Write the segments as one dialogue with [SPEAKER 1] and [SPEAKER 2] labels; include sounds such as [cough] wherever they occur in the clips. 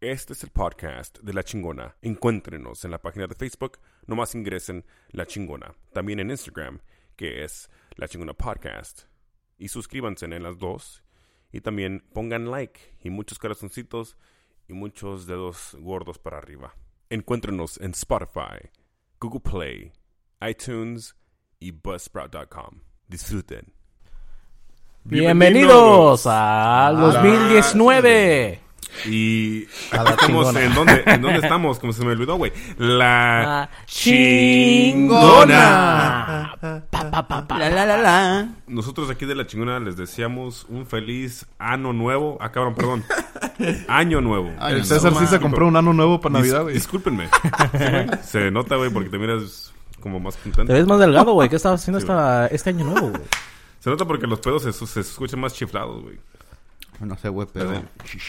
[SPEAKER 1] Este es el podcast de La Chingona. Encuéntrenos en la página de Facebook, nomás ingresen La Chingona. También en Instagram, que es La Chingona Podcast. Y suscríbanse en las dos. Y también pongan like y muchos corazoncitos y muchos dedos gordos para arriba. Encuéntrenos en Spotify, Google Play, iTunes y Buzzsprout.com. Disfruten.
[SPEAKER 2] Bienvenidos al 2019.
[SPEAKER 1] Y
[SPEAKER 2] A
[SPEAKER 1] acá
[SPEAKER 2] la
[SPEAKER 1] estamos
[SPEAKER 2] chingona.
[SPEAKER 1] en dónde, en
[SPEAKER 2] [laughs]
[SPEAKER 1] dónde estamos, como se me olvidó, güey. La
[SPEAKER 2] Ah, chingona.
[SPEAKER 3] La la la la.
[SPEAKER 1] nosotros aquí de la chingona les deseamos un feliz ano nuevo. Ah, cabrón, perdón. Año nuevo.
[SPEAKER 4] El César sí se compró un ano nuevo para Navidad,
[SPEAKER 1] Dis-
[SPEAKER 4] güey.
[SPEAKER 1] Discúlpenme. Sí, güey. [laughs] se nota, güey, porque te miras como más
[SPEAKER 2] Te
[SPEAKER 1] contento.
[SPEAKER 2] ves más delgado, güey. ¿Qué estabas haciendo hasta este año nuevo, güey?
[SPEAKER 1] Se nota porque los pedos se, se escuchan más chiflados, güey.
[SPEAKER 3] No sé, güey, pero.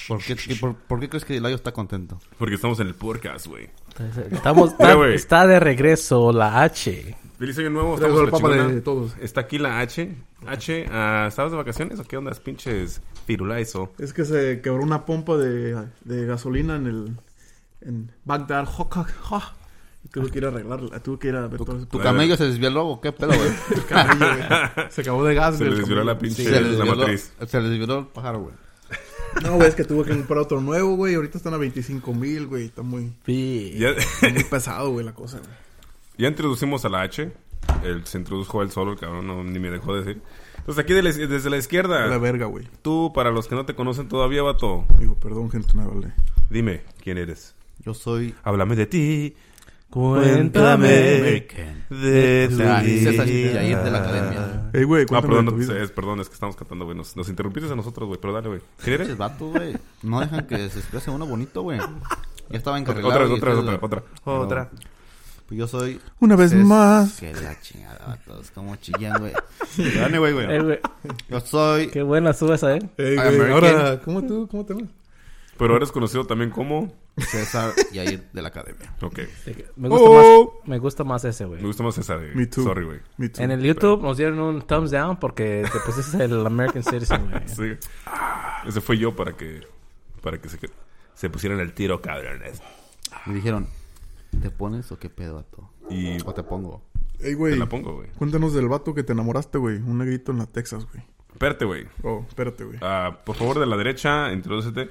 [SPEAKER 3] ¿Por qué, qué- por, por qué crees que Elayo está contento?
[SPEAKER 1] Porque estamos en el podcast, güey.
[SPEAKER 2] Estamos, está,
[SPEAKER 1] Mira, güey.
[SPEAKER 2] está de regreso la H.
[SPEAKER 1] Feliz año nuevo.
[SPEAKER 4] Traigo el
[SPEAKER 1] Estamos en la
[SPEAKER 4] papa
[SPEAKER 1] chingona.
[SPEAKER 4] de todos.
[SPEAKER 1] Está aquí la H. H, ah, ¿estabas de vacaciones o qué onda? Pinches firulaizo.
[SPEAKER 5] Es que se quebró una pompa de, de gasolina en el en Bagdad. Jo, jo, jo. Y tuve que ir a arreglarla, tuve que ir a ver todo ese
[SPEAKER 3] ¿Tu
[SPEAKER 1] A
[SPEAKER 3] camello
[SPEAKER 1] ver.
[SPEAKER 3] se desvió luego? ¿Qué
[SPEAKER 1] [laughs]
[SPEAKER 3] pedo, güey?
[SPEAKER 5] cabello, güey.
[SPEAKER 4] Se acabó de gas,
[SPEAKER 1] Se
[SPEAKER 4] güey.
[SPEAKER 1] les
[SPEAKER 4] el
[SPEAKER 1] viró la
[SPEAKER 4] camello.
[SPEAKER 1] pinche
[SPEAKER 3] se, le
[SPEAKER 1] la
[SPEAKER 3] desvió lo-
[SPEAKER 1] matriz.
[SPEAKER 3] se le desvió el pájaro, güey.
[SPEAKER 5] No, güey, es que tuve que comprar otro nuevo, güey. Ahorita están a 25 mil, güey. Está muy,
[SPEAKER 2] Sí.
[SPEAKER 1] Ya, [laughs]
[SPEAKER 5] está muy pesado, güey, la cosa. güey.
[SPEAKER 1] ya introducimos a la H. Él se introdujo él solo, el cabrón, no, ni me dejó decir. Entonces aquí de la- desde la izquierda,
[SPEAKER 5] La verga, güey.
[SPEAKER 1] tú, para los que no te conocen todavía, vato,
[SPEAKER 5] Digo, perdón, gente, me vale.
[SPEAKER 1] dime quién eres.
[SPEAKER 3] Yo soy.
[SPEAKER 1] Háblame de ti,
[SPEAKER 2] Cuéntame.
[SPEAKER 1] de tu
[SPEAKER 3] César César
[SPEAKER 1] vida.
[SPEAKER 3] Yair Ah, de la academia.
[SPEAKER 5] Ey, güey,
[SPEAKER 1] Ah,
[SPEAKER 5] cuéntame de tu
[SPEAKER 1] perdón,
[SPEAKER 5] vida.
[SPEAKER 1] es, perdón, es que estamos cantando, güey. Nos, nos interrumpiste a nosotros, güey, pero dale, güey. ¿Quién
[SPEAKER 3] Pinches
[SPEAKER 1] eres?
[SPEAKER 3] vatos, güey. No dejan que se exprese uno bonito, güey. Ya estaba
[SPEAKER 1] Otra,
[SPEAKER 3] encarrilado.
[SPEAKER 1] otra,
[SPEAKER 3] y
[SPEAKER 1] otra,
[SPEAKER 3] ustedes
[SPEAKER 1] otra,
[SPEAKER 3] lo-
[SPEAKER 1] otra.
[SPEAKER 3] Pero,
[SPEAKER 1] Otra.
[SPEAKER 3] Pues yo soy.
[SPEAKER 5] Una vez
[SPEAKER 3] Cés-
[SPEAKER 5] más.
[SPEAKER 3] Que la chingada, vatos. Como chillan, güey.
[SPEAKER 4] Dale, güey, güey.
[SPEAKER 2] Eh, güey,
[SPEAKER 3] Yo soy.
[SPEAKER 2] qué buena subes, ¿eh?
[SPEAKER 5] Ey, güey,
[SPEAKER 3] American.
[SPEAKER 5] ahora, ¿cómo tú? ¿Cómo te va?
[SPEAKER 1] Pero eres conocido también como...
[SPEAKER 3] César Yair de la academia.
[SPEAKER 1] Ok,
[SPEAKER 2] Me gusta,
[SPEAKER 5] Oh.
[SPEAKER 2] más, me gusta más ese, güey.
[SPEAKER 1] me gusta más César, güey.
[SPEAKER 5] Me too.
[SPEAKER 1] Sorry, güey.
[SPEAKER 5] Me too.
[SPEAKER 2] En el YouTube nos dieron un thumbs down porque te pusiste el American
[SPEAKER 1] [laughs]
[SPEAKER 2] Citizen, güey.
[SPEAKER 1] Sí. Ese fue yo para que... Para que se, se pusieran el tiro, cabrones.
[SPEAKER 3] Me dijeron, ¿te pones o qué pedo, vato?
[SPEAKER 1] Y-
[SPEAKER 3] O te pongo.
[SPEAKER 5] Ey,
[SPEAKER 1] Te
[SPEAKER 5] güey.
[SPEAKER 1] la pongo, güey.
[SPEAKER 5] Cuéntanos del vato que te enamoraste, güey. Un negrito en la Texas, güey.
[SPEAKER 1] Espérate, güey.
[SPEAKER 5] Oh, espérate, güey.
[SPEAKER 1] Ah, por favor, de la derecha, introdúcete.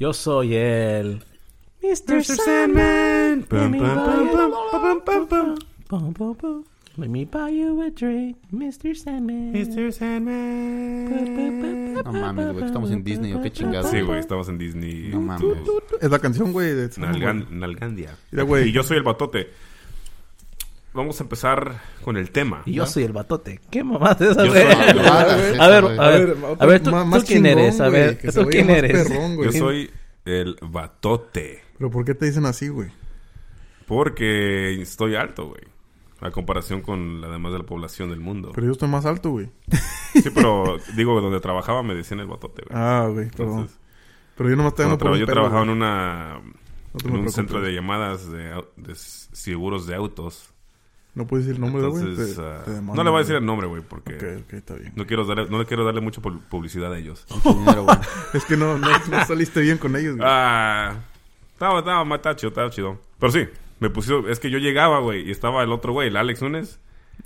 [SPEAKER 2] Yo soy el... Mr. Sandman.
[SPEAKER 1] Pam, pam, pam, pam, pam, pam,
[SPEAKER 2] Bum, bum, bum. Let me buy you a drink, Mr. Sandman.
[SPEAKER 3] No mames, güey, que estamos en Disney o qué
[SPEAKER 1] pam.
[SPEAKER 3] chingados.
[SPEAKER 1] Sí, güey, estamos en Disney.
[SPEAKER 3] No mames.
[SPEAKER 5] Es la canción, güey. de-
[SPEAKER 1] Nalgan- Nalgandia.
[SPEAKER 5] Mira, güey.
[SPEAKER 1] Y yo soy el batote. Vamos a empezar con el tema.
[SPEAKER 2] Y yo soy el batote. ¿Qué mamá te
[SPEAKER 1] Yo
[SPEAKER 2] [laughs]
[SPEAKER 1] soy-
[SPEAKER 2] A
[SPEAKER 3] no, hagas
[SPEAKER 2] ver,
[SPEAKER 3] eso,
[SPEAKER 2] a ver,
[SPEAKER 3] güey.
[SPEAKER 2] a ver,
[SPEAKER 5] otro-
[SPEAKER 2] a ver, tú,
[SPEAKER 5] ma-
[SPEAKER 2] tú
[SPEAKER 5] Ah, más
[SPEAKER 2] quién
[SPEAKER 5] chingón,
[SPEAKER 2] eres, a
[SPEAKER 5] güey,
[SPEAKER 2] ver,
[SPEAKER 5] que
[SPEAKER 2] tú
[SPEAKER 5] se oiga
[SPEAKER 2] quién
[SPEAKER 5] más
[SPEAKER 2] eres.
[SPEAKER 5] perrón, güey.
[SPEAKER 1] Yo soy el batote.
[SPEAKER 5] Pero ¿por qué te dicen así, güey?
[SPEAKER 1] Porque estoy alto, güey. A comparación con la demás de la población del mundo.
[SPEAKER 5] Pero yo estoy más alto, güey.
[SPEAKER 1] Sí, pero digo, donde trabajaba me decían el batote, güey.
[SPEAKER 5] Ah, güey, perdón.
[SPEAKER 1] Entonces,
[SPEAKER 5] Pero yo nomás te
[SPEAKER 1] cuando
[SPEAKER 5] ando
[SPEAKER 1] traba-
[SPEAKER 5] un
[SPEAKER 1] yo
[SPEAKER 5] pelo,
[SPEAKER 1] trabajaba en
[SPEAKER 5] güey.
[SPEAKER 1] una...
[SPEAKER 5] No te
[SPEAKER 1] en
[SPEAKER 5] me
[SPEAKER 1] un
[SPEAKER 5] preocupes.
[SPEAKER 1] centro de llamadas de, au- de s- seguros de autos.
[SPEAKER 5] No puedes decir el nombre, güey.
[SPEAKER 1] Entonces,
[SPEAKER 5] Te-
[SPEAKER 1] ah,
[SPEAKER 5] te demando,
[SPEAKER 1] no le voy a decir el
[SPEAKER 5] güey.
[SPEAKER 1] nombre, güey, porque
[SPEAKER 5] Ok, ok, está bien.
[SPEAKER 1] no, quiero darle, no le quiero darle mucha pul- publicidad a ellos.
[SPEAKER 3] Primero, [laughs] güey.
[SPEAKER 5] Es que no, no, no saliste bien con ellos, güey.
[SPEAKER 1] Ah, estaba, estaba, ma- estaba chido, estaba chido. Pero sí, me pusieron, es que yo llegaba, güey, y estaba el otro güey, el Alex Nunes,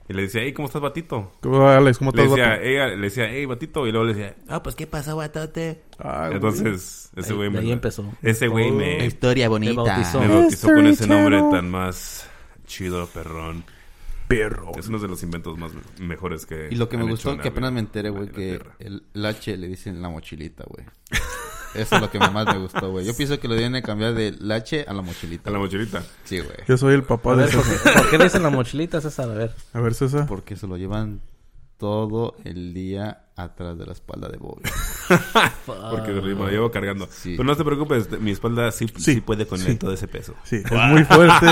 [SPEAKER 1] y le decía, hey, ¿cómo estás, batito?
[SPEAKER 5] ¿Cómo va, Alex? ¿Cómo
[SPEAKER 1] Le
[SPEAKER 5] estás,
[SPEAKER 1] decía, eh,
[SPEAKER 5] vato?
[SPEAKER 1] hey, a- le decía, hey, batito, y luego le decía,
[SPEAKER 3] Ah, pues qué pasó, guatote.
[SPEAKER 5] Ah, güey.
[SPEAKER 1] entonces, ese
[SPEAKER 2] Ahí-
[SPEAKER 1] güey
[SPEAKER 2] de
[SPEAKER 1] me.
[SPEAKER 2] ahí empezó.
[SPEAKER 1] Ese güey me,
[SPEAKER 3] Historia bonita.
[SPEAKER 2] Te bautizó.
[SPEAKER 1] me
[SPEAKER 2] History
[SPEAKER 1] Eh, bautizó con ese nombre tan más chido, perrón.
[SPEAKER 5] Perro.
[SPEAKER 1] Es uno de los inventos más mejores que.
[SPEAKER 3] Y lo que me
[SPEAKER 1] han hecho
[SPEAKER 3] gustó
[SPEAKER 1] en
[SPEAKER 3] es que
[SPEAKER 1] la-
[SPEAKER 3] apenas me enteré, güey,
[SPEAKER 1] en la
[SPEAKER 3] que
[SPEAKER 1] tierra.
[SPEAKER 3] el, el H le dicen la mochilita, güey. Eso es lo que más me gustó, güey. Yo pienso que lo deben de cambiar del H a la mochilita.
[SPEAKER 1] A la
[SPEAKER 3] güey.
[SPEAKER 1] mochilita.
[SPEAKER 3] Sí, güey.
[SPEAKER 5] Yo soy el papá
[SPEAKER 2] A
[SPEAKER 5] de
[SPEAKER 2] ver, ¿por
[SPEAKER 5] César.
[SPEAKER 2] qué, por qué le dicen la mochilita, César? A ver.
[SPEAKER 5] A ver, César.
[SPEAKER 3] Porque se lo llevan todo el día atrás de la espalda de Bobby.
[SPEAKER 1] Porque me lo llevo cargando.
[SPEAKER 3] Ah, Sí.
[SPEAKER 1] Pero no te preocupes, mi espalda sí, sí.
[SPEAKER 5] Sí,
[SPEAKER 1] puede con todo ese peso.
[SPEAKER 5] Sí, es
[SPEAKER 2] [laughs]
[SPEAKER 5] muy fuerte.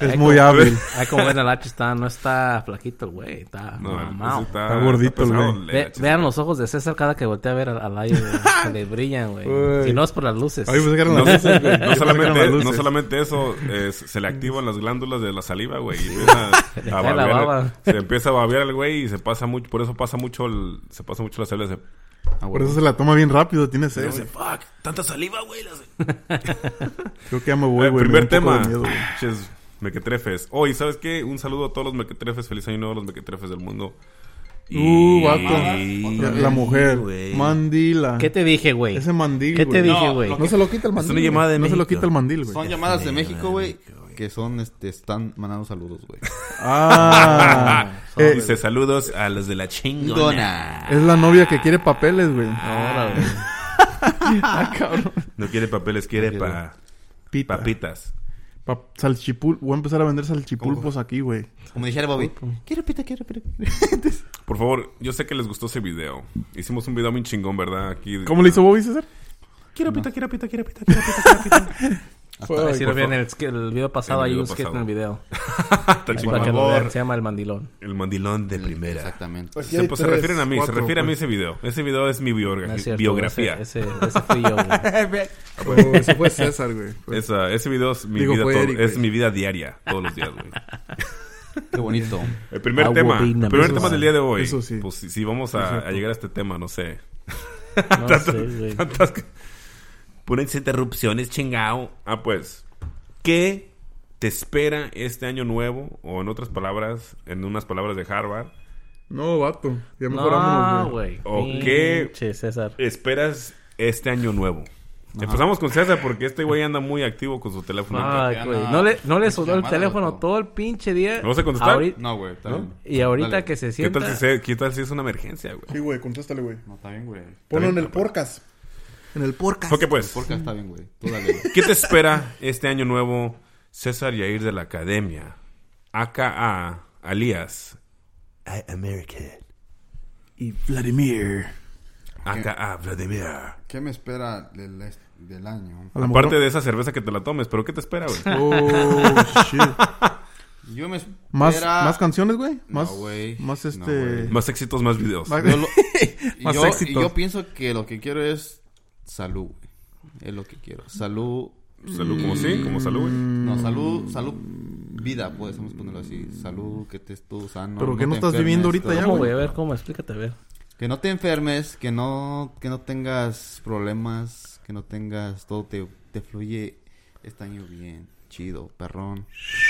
[SPEAKER 5] es muy hábil.
[SPEAKER 2] Ay, como ven, el H está, no está flaquito, el güey. Está
[SPEAKER 1] No,
[SPEAKER 2] mamado.
[SPEAKER 1] ese
[SPEAKER 5] Está gordito el
[SPEAKER 1] pesado,
[SPEAKER 5] güey.
[SPEAKER 1] le-
[SPEAKER 2] Ve- vean los ojos de César cada que voltea a ver al, al aire, güey, que le brillan, güey.
[SPEAKER 5] Güey. pues,
[SPEAKER 2] Si no es por las luces.
[SPEAKER 5] Ahí me sacaron
[SPEAKER 1] No,
[SPEAKER 5] las
[SPEAKER 1] [laughs]
[SPEAKER 5] luces,
[SPEAKER 1] no
[SPEAKER 5] güey. Me sacaron
[SPEAKER 1] solamente,
[SPEAKER 5] las luces.
[SPEAKER 1] no solamente eso, es- se le activan las glándulas de la saliva, güey.
[SPEAKER 5] [laughs]
[SPEAKER 1] y empieza
[SPEAKER 2] le
[SPEAKER 1] a
[SPEAKER 2] cae la
[SPEAKER 1] babear.
[SPEAKER 2] baba.
[SPEAKER 1] Se empieza a babear el güey y se pasa mucho, por eso pasa mucho, el- se pasa mucho la saliva. Se,
[SPEAKER 3] Ah,
[SPEAKER 5] Por
[SPEAKER 3] huevo.
[SPEAKER 5] eso se la toma bien rápido, tiene sed.
[SPEAKER 1] Dice,
[SPEAKER 5] güey.
[SPEAKER 1] fuck, tanta saliva, güey. las-
[SPEAKER 5] Creo que ya me voy,
[SPEAKER 1] Eh,
[SPEAKER 5] güey. me
[SPEAKER 1] primer
[SPEAKER 5] da un poco
[SPEAKER 1] tema.
[SPEAKER 5] de miedo, güey.
[SPEAKER 1] Ches, mequetrefes. Oh, ¿y sabes qué? Un saludo a todos los mequetrefes. Feliz año nuevo a los mequetrefes del mundo.
[SPEAKER 5] Uh,
[SPEAKER 1] Y-
[SPEAKER 5] vato. La, la
[SPEAKER 1] Ay,
[SPEAKER 5] mujer.
[SPEAKER 1] güey.
[SPEAKER 5] Mandila.
[SPEAKER 2] ¿Qué te dije, güey?
[SPEAKER 5] Ese mandil,
[SPEAKER 2] ¿Qué te
[SPEAKER 5] güey.
[SPEAKER 2] dije,
[SPEAKER 3] No,
[SPEAKER 2] güey?
[SPEAKER 3] lo
[SPEAKER 5] No se lo quita el mandil.
[SPEAKER 1] una llamada de
[SPEAKER 5] güey. No se lo
[SPEAKER 1] México.
[SPEAKER 5] quita el mandil,
[SPEAKER 3] Son
[SPEAKER 5] güey.
[SPEAKER 3] llamadas de México, güey, que son, este, están mandando saludos, güey.
[SPEAKER 1] [laughs]
[SPEAKER 5] Ah. eh,
[SPEAKER 1] Dice saludos a los de la chingona.
[SPEAKER 3] Dona.
[SPEAKER 5] es la novia que quiere papeles, güey.
[SPEAKER 3] Ahora,
[SPEAKER 5] Ah,
[SPEAKER 3] güey.
[SPEAKER 1] No quiere papeles, quiere pa-
[SPEAKER 5] Pita.
[SPEAKER 1] papitas.
[SPEAKER 5] Pa- salchipul- Voy a empezar a vender salchipulpos aquí, güey.
[SPEAKER 3] Como dijera Bobby, quiero pita, quiero pita.
[SPEAKER 1] [laughs] Por favor, yo sé que les gustó ese video. Hicimos un video muy chingón, ¿verdad? Aquí.
[SPEAKER 5] ¿Cómo le hizo Bobby César?
[SPEAKER 1] Quiero pita, quiero pita, quiero pita, quiero pita, quiero pita.
[SPEAKER 2] Fue, si lo
[SPEAKER 1] por
[SPEAKER 2] vi en el, sk- el video pasado,
[SPEAKER 1] En el
[SPEAKER 2] hay
[SPEAKER 1] video
[SPEAKER 2] un skit en
[SPEAKER 1] pasado.
[SPEAKER 2] el video.
[SPEAKER 1] [laughs] Está
[SPEAKER 2] Ahí
[SPEAKER 1] chingón.
[SPEAKER 2] para que lo
[SPEAKER 1] Por
[SPEAKER 2] vean,
[SPEAKER 1] favor.
[SPEAKER 2] se llama El Mandilón.
[SPEAKER 1] El mandilón de primera.
[SPEAKER 3] Exactamente.
[SPEAKER 1] Se, pues, se refieren a mí, se refieren a mí ese video. Ese video es mi biogra-
[SPEAKER 2] No es cierto,
[SPEAKER 1] biografía.
[SPEAKER 2] Ese, ese, ese fui yo, güey.
[SPEAKER 5] Eso fue César, güey.
[SPEAKER 1] Esa- ese video es mi,
[SPEAKER 5] Digo,
[SPEAKER 1] vida
[SPEAKER 5] fue
[SPEAKER 1] todo-
[SPEAKER 5] Eric,
[SPEAKER 1] es
[SPEAKER 5] güey.
[SPEAKER 1] mi vida diaria, todos los días, güey.
[SPEAKER 3] Qué bonito.
[SPEAKER 1] [laughs] El primer
[SPEAKER 2] Agua
[SPEAKER 1] tema,
[SPEAKER 2] vina,
[SPEAKER 1] el primer
[SPEAKER 2] eso
[SPEAKER 1] tema
[SPEAKER 2] sí.
[SPEAKER 1] del día de hoy.
[SPEAKER 5] Eso sí.
[SPEAKER 1] Pues si, si vamos a, a llegar a este tema, no sé.
[SPEAKER 2] [laughs] No sé, güey.
[SPEAKER 1] Tantas que- Puras interrupciones, chingao. Ah, pues, ¿qué te espera este año nuevo? O en otras palabras, en unas palabras de Harvard,
[SPEAKER 5] No, vato. Ya mejor
[SPEAKER 2] No,
[SPEAKER 5] vámonos, güey.
[SPEAKER 2] güey.
[SPEAKER 1] ¿O qué?
[SPEAKER 2] Che, César.
[SPEAKER 1] esperas este año nuevo. Empezamos con César porque este güey anda muy activo con su teléfono.
[SPEAKER 2] Fuck,
[SPEAKER 3] no,
[SPEAKER 2] güey.
[SPEAKER 3] no.
[SPEAKER 2] No le, no le sonó el
[SPEAKER 3] Llamada,
[SPEAKER 2] teléfono
[SPEAKER 3] loco.
[SPEAKER 2] todo el pinche día.
[SPEAKER 1] ¿No vas a contestar?
[SPEAKER 2] Ahori-
[SPEAKER 3] No, güey, está bien.
[SPEAKER 2] Y ahorita
[SPEAKER 3] Dale.
[SPEAKER 2] que se
[SPEAKER 1] ¿Qué
[SPEAKER 2] sienta...
[SPEAKER 1] tal, si se- ¿Qué tal si es una emergencia, güey?
[SPEAKER 5] Sí, güey, contéstale, güey.
[SPEAKER 3] No, está bien, güey.
[SPEAKER 5] Ponlo en el podcast. En el podcast.
[SPEAKER 1] Ok, pues.
[SPEAKER 3] Porque está bien, güey. Tú dale. güey.
[SPEAKER 1] ¿Qué te espera este año nuevo, César Yair de la Academia? AKA, alias. I American.
[SPEAKER 5] Y Vladimir.
[SPEAKER 1] AKA, Vladimir.
[SPEAKER 3] ¿Qué me espera del, est- del año?
[SPEAKER 5] A lo
[SPEAKER 1] Aparte
[SPEAKER 5] mejor-
[SPEAKER 1] de esa cerveza que te la tomes, ¿pero qué te espera,
[SPEAKER 3] [laughs]
[SPEAKER 1] güey?
[SPEAKER 5] Oh,
[SPEAKER 1] [laughs]
[SPEAKER 5] shit.
[SPEAKER 3] Yo me espera...
[SPEAKER 5] ¿Más, ¿Más canciones, güey?
[SPEAKER 3] No,
[SPEAKER 5] Más,
[SPEAKER 3] güey.
[SPEAKER 5] más
[SPEAKER 3] No,
[SPEAKER 5] este...
[SPEAKER 3] güey.
[SPEAKER 1] Más éxitos, más videos.
[SPEAKER 5] más-
[SPEAKER 3] Yo lo- y
[SPEAKER 5] Más
[SPEAKER 3] yo,
[SPEAKER 5] éxitos.
[SPEAKER 3] y yo pienso que lo que quiero es salud, güey. Es lo que quiero. Salud.
[SPEAKER 1] Salud, como sí, como salud, güey.
[SPEAKER 5] Mm.
[SPEAKER 3] No, salud, salud, vida, podemos ponerlo así. Salud, que estés tú sano.
[SPEAKER 5] Pero que no
[SPEAKER 3] te
[SPEAKER 5] estás viviendo
[SPEAKER 3] enfermes,
[SPEAKER 5] ahorita ya,
[SPEAKER 2] ¿Cómo,
[SPEAKER 5] güey.
[SPEAKER 2] güey? A ver, ¿cómo? Explícate, a ver.
[SPEAKER 3] Que no te enfermes, que no, que no tengas problemas, que no tengas todo, te, te fluye este año bien, chido, perrón.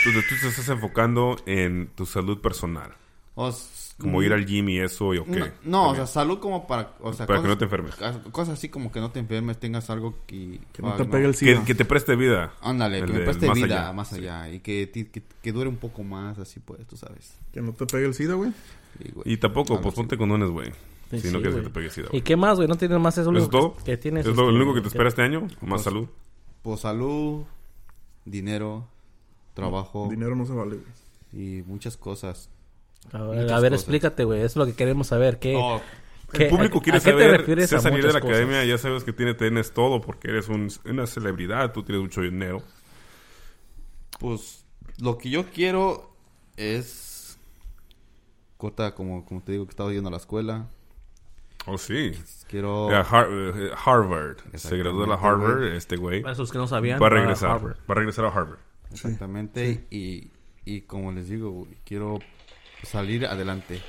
[SPEAKER 1] Tú, tú te estás enfocando en tu salud personal.
[SPEAKER 3] O s-
[SPEAKER 1] Como ir al gym y eso, y o
[SPEAKER 3] Mm. No,
[SPEAKER 1] qué.
[SPEAKER 3] no, o sea, salud como para... O sea,
[SPEAKER 1] Para que no te enfermes.
[SPEAKER 3] cas- Cosas así como que no te enfermes, tengas algo que...
[SPEAKER 5] Que no
[SPEAKER 3] ah,
[SPEAKER 5] te pegue el
[SPEAKER 1] que,
[SPEAKER 5] SIDA.
[SPEAKER 1] que te preste vida.
[SPEAKER 3] Ándale,
[SPEAKER 1] El
[SPEAKER 3] que me
[SPEAKER 1] del
[SPEAKER 3] preste
[SPEAKER 1] más
[SPEAKER 3] vida
[SPEAKER 1] allá,
[SPEAKER 3] más
[SPEAKER 1] sí.
[SPEAKER 3] allá y que, ti- que, que dure un poco más, así pues, tú sabes.
[SPEAKER 5] Que no te pegue el SIDA, güey.
[SPEAKER 3] Y, güey,
[SPEAKER 1] Y tampoco,
[SPEAKER 3] algo
[SPEAKER 1] pues
[SPEAKER 3] así.
[SPEAKER 1] ponte condones, güey.
[SPEAKER 2] Sí,
[SPEAKER 1] si no
[SPEAKER 2] Pues sí,
[SPEAKER 1] quieres
[SPEAKER 2] güey.
[SPEAKER 1] que te pegue sida,
[SPEAKER 2] ¿Y
[SPEAKER 1] güey.
[SPEAKER 2] qué más, güey? ¿No tienes más eso?
[SPEAKER 1] ¿Eso es todo?
[SPEAKER 2] Que, que tienes,
[SPEAKER 1] ¿Es lo
[SPEAKER 2] este,
[SPEAKER 1] único que te espera este año? ¿Más salud?
[SPEAKER 3] Pues salud, dinero, trabajo
[SPEAKER 5] Dinero no se vale, güey.
[SPEAKER 3] y muchas cosas.
[SPEAKER 2] A ver, a
[SPEAKER 3] Muchas
[SPEAKER 2] ver,
[SPEAKER 3] cosas.
[SPEAKER 2] explícate, güey. Eso es lo que queremos saber. ¿Qué,
[SPEAKER 3] Oh,
[SPEAKER 2] qué-
[SPEAKER 1] el público
[SPEAKER 2] a-
[SPEAKER 1] quiere
[SPEAKER 2] a qué
[SPEAKER 1] saber
[SPEAKER 2] te refieres a
[SPEAKER 1] César Yair de
[SPEAKER 2] muchas
[SPEAKER 1] la
[SPEAKER 2] cosas?
[SPEAKER 1] academia ya sabes que tiene tienes todo porque eres un- una celebridad tú tienes mucho dinero
[SPEAKER 3] Pues lo que yo quiero es corta como, como te digo que estaba yendo a la escuela.
[SPEAKER 1] oh sí
[SPEAKER 3] Quiero
[SPEAKER 1] Eh, Har- eh, Harvard se graduó de la Harvard
[SPEAKER 3] Oh. güey.
[SPEAKER 1] este güey
[SPEAKER 2] Para esos que no sabían.
[SPEAKER 1] va a
[SPEAKER 2] para
[SPEAKER 1] regresar
[SPEAKER 2] Harvard.
[SPEAKER 1] va a regresar a Harvard
[SPEAKER 3] exactamente Y, y como les digo, güey, quiero salir adelante.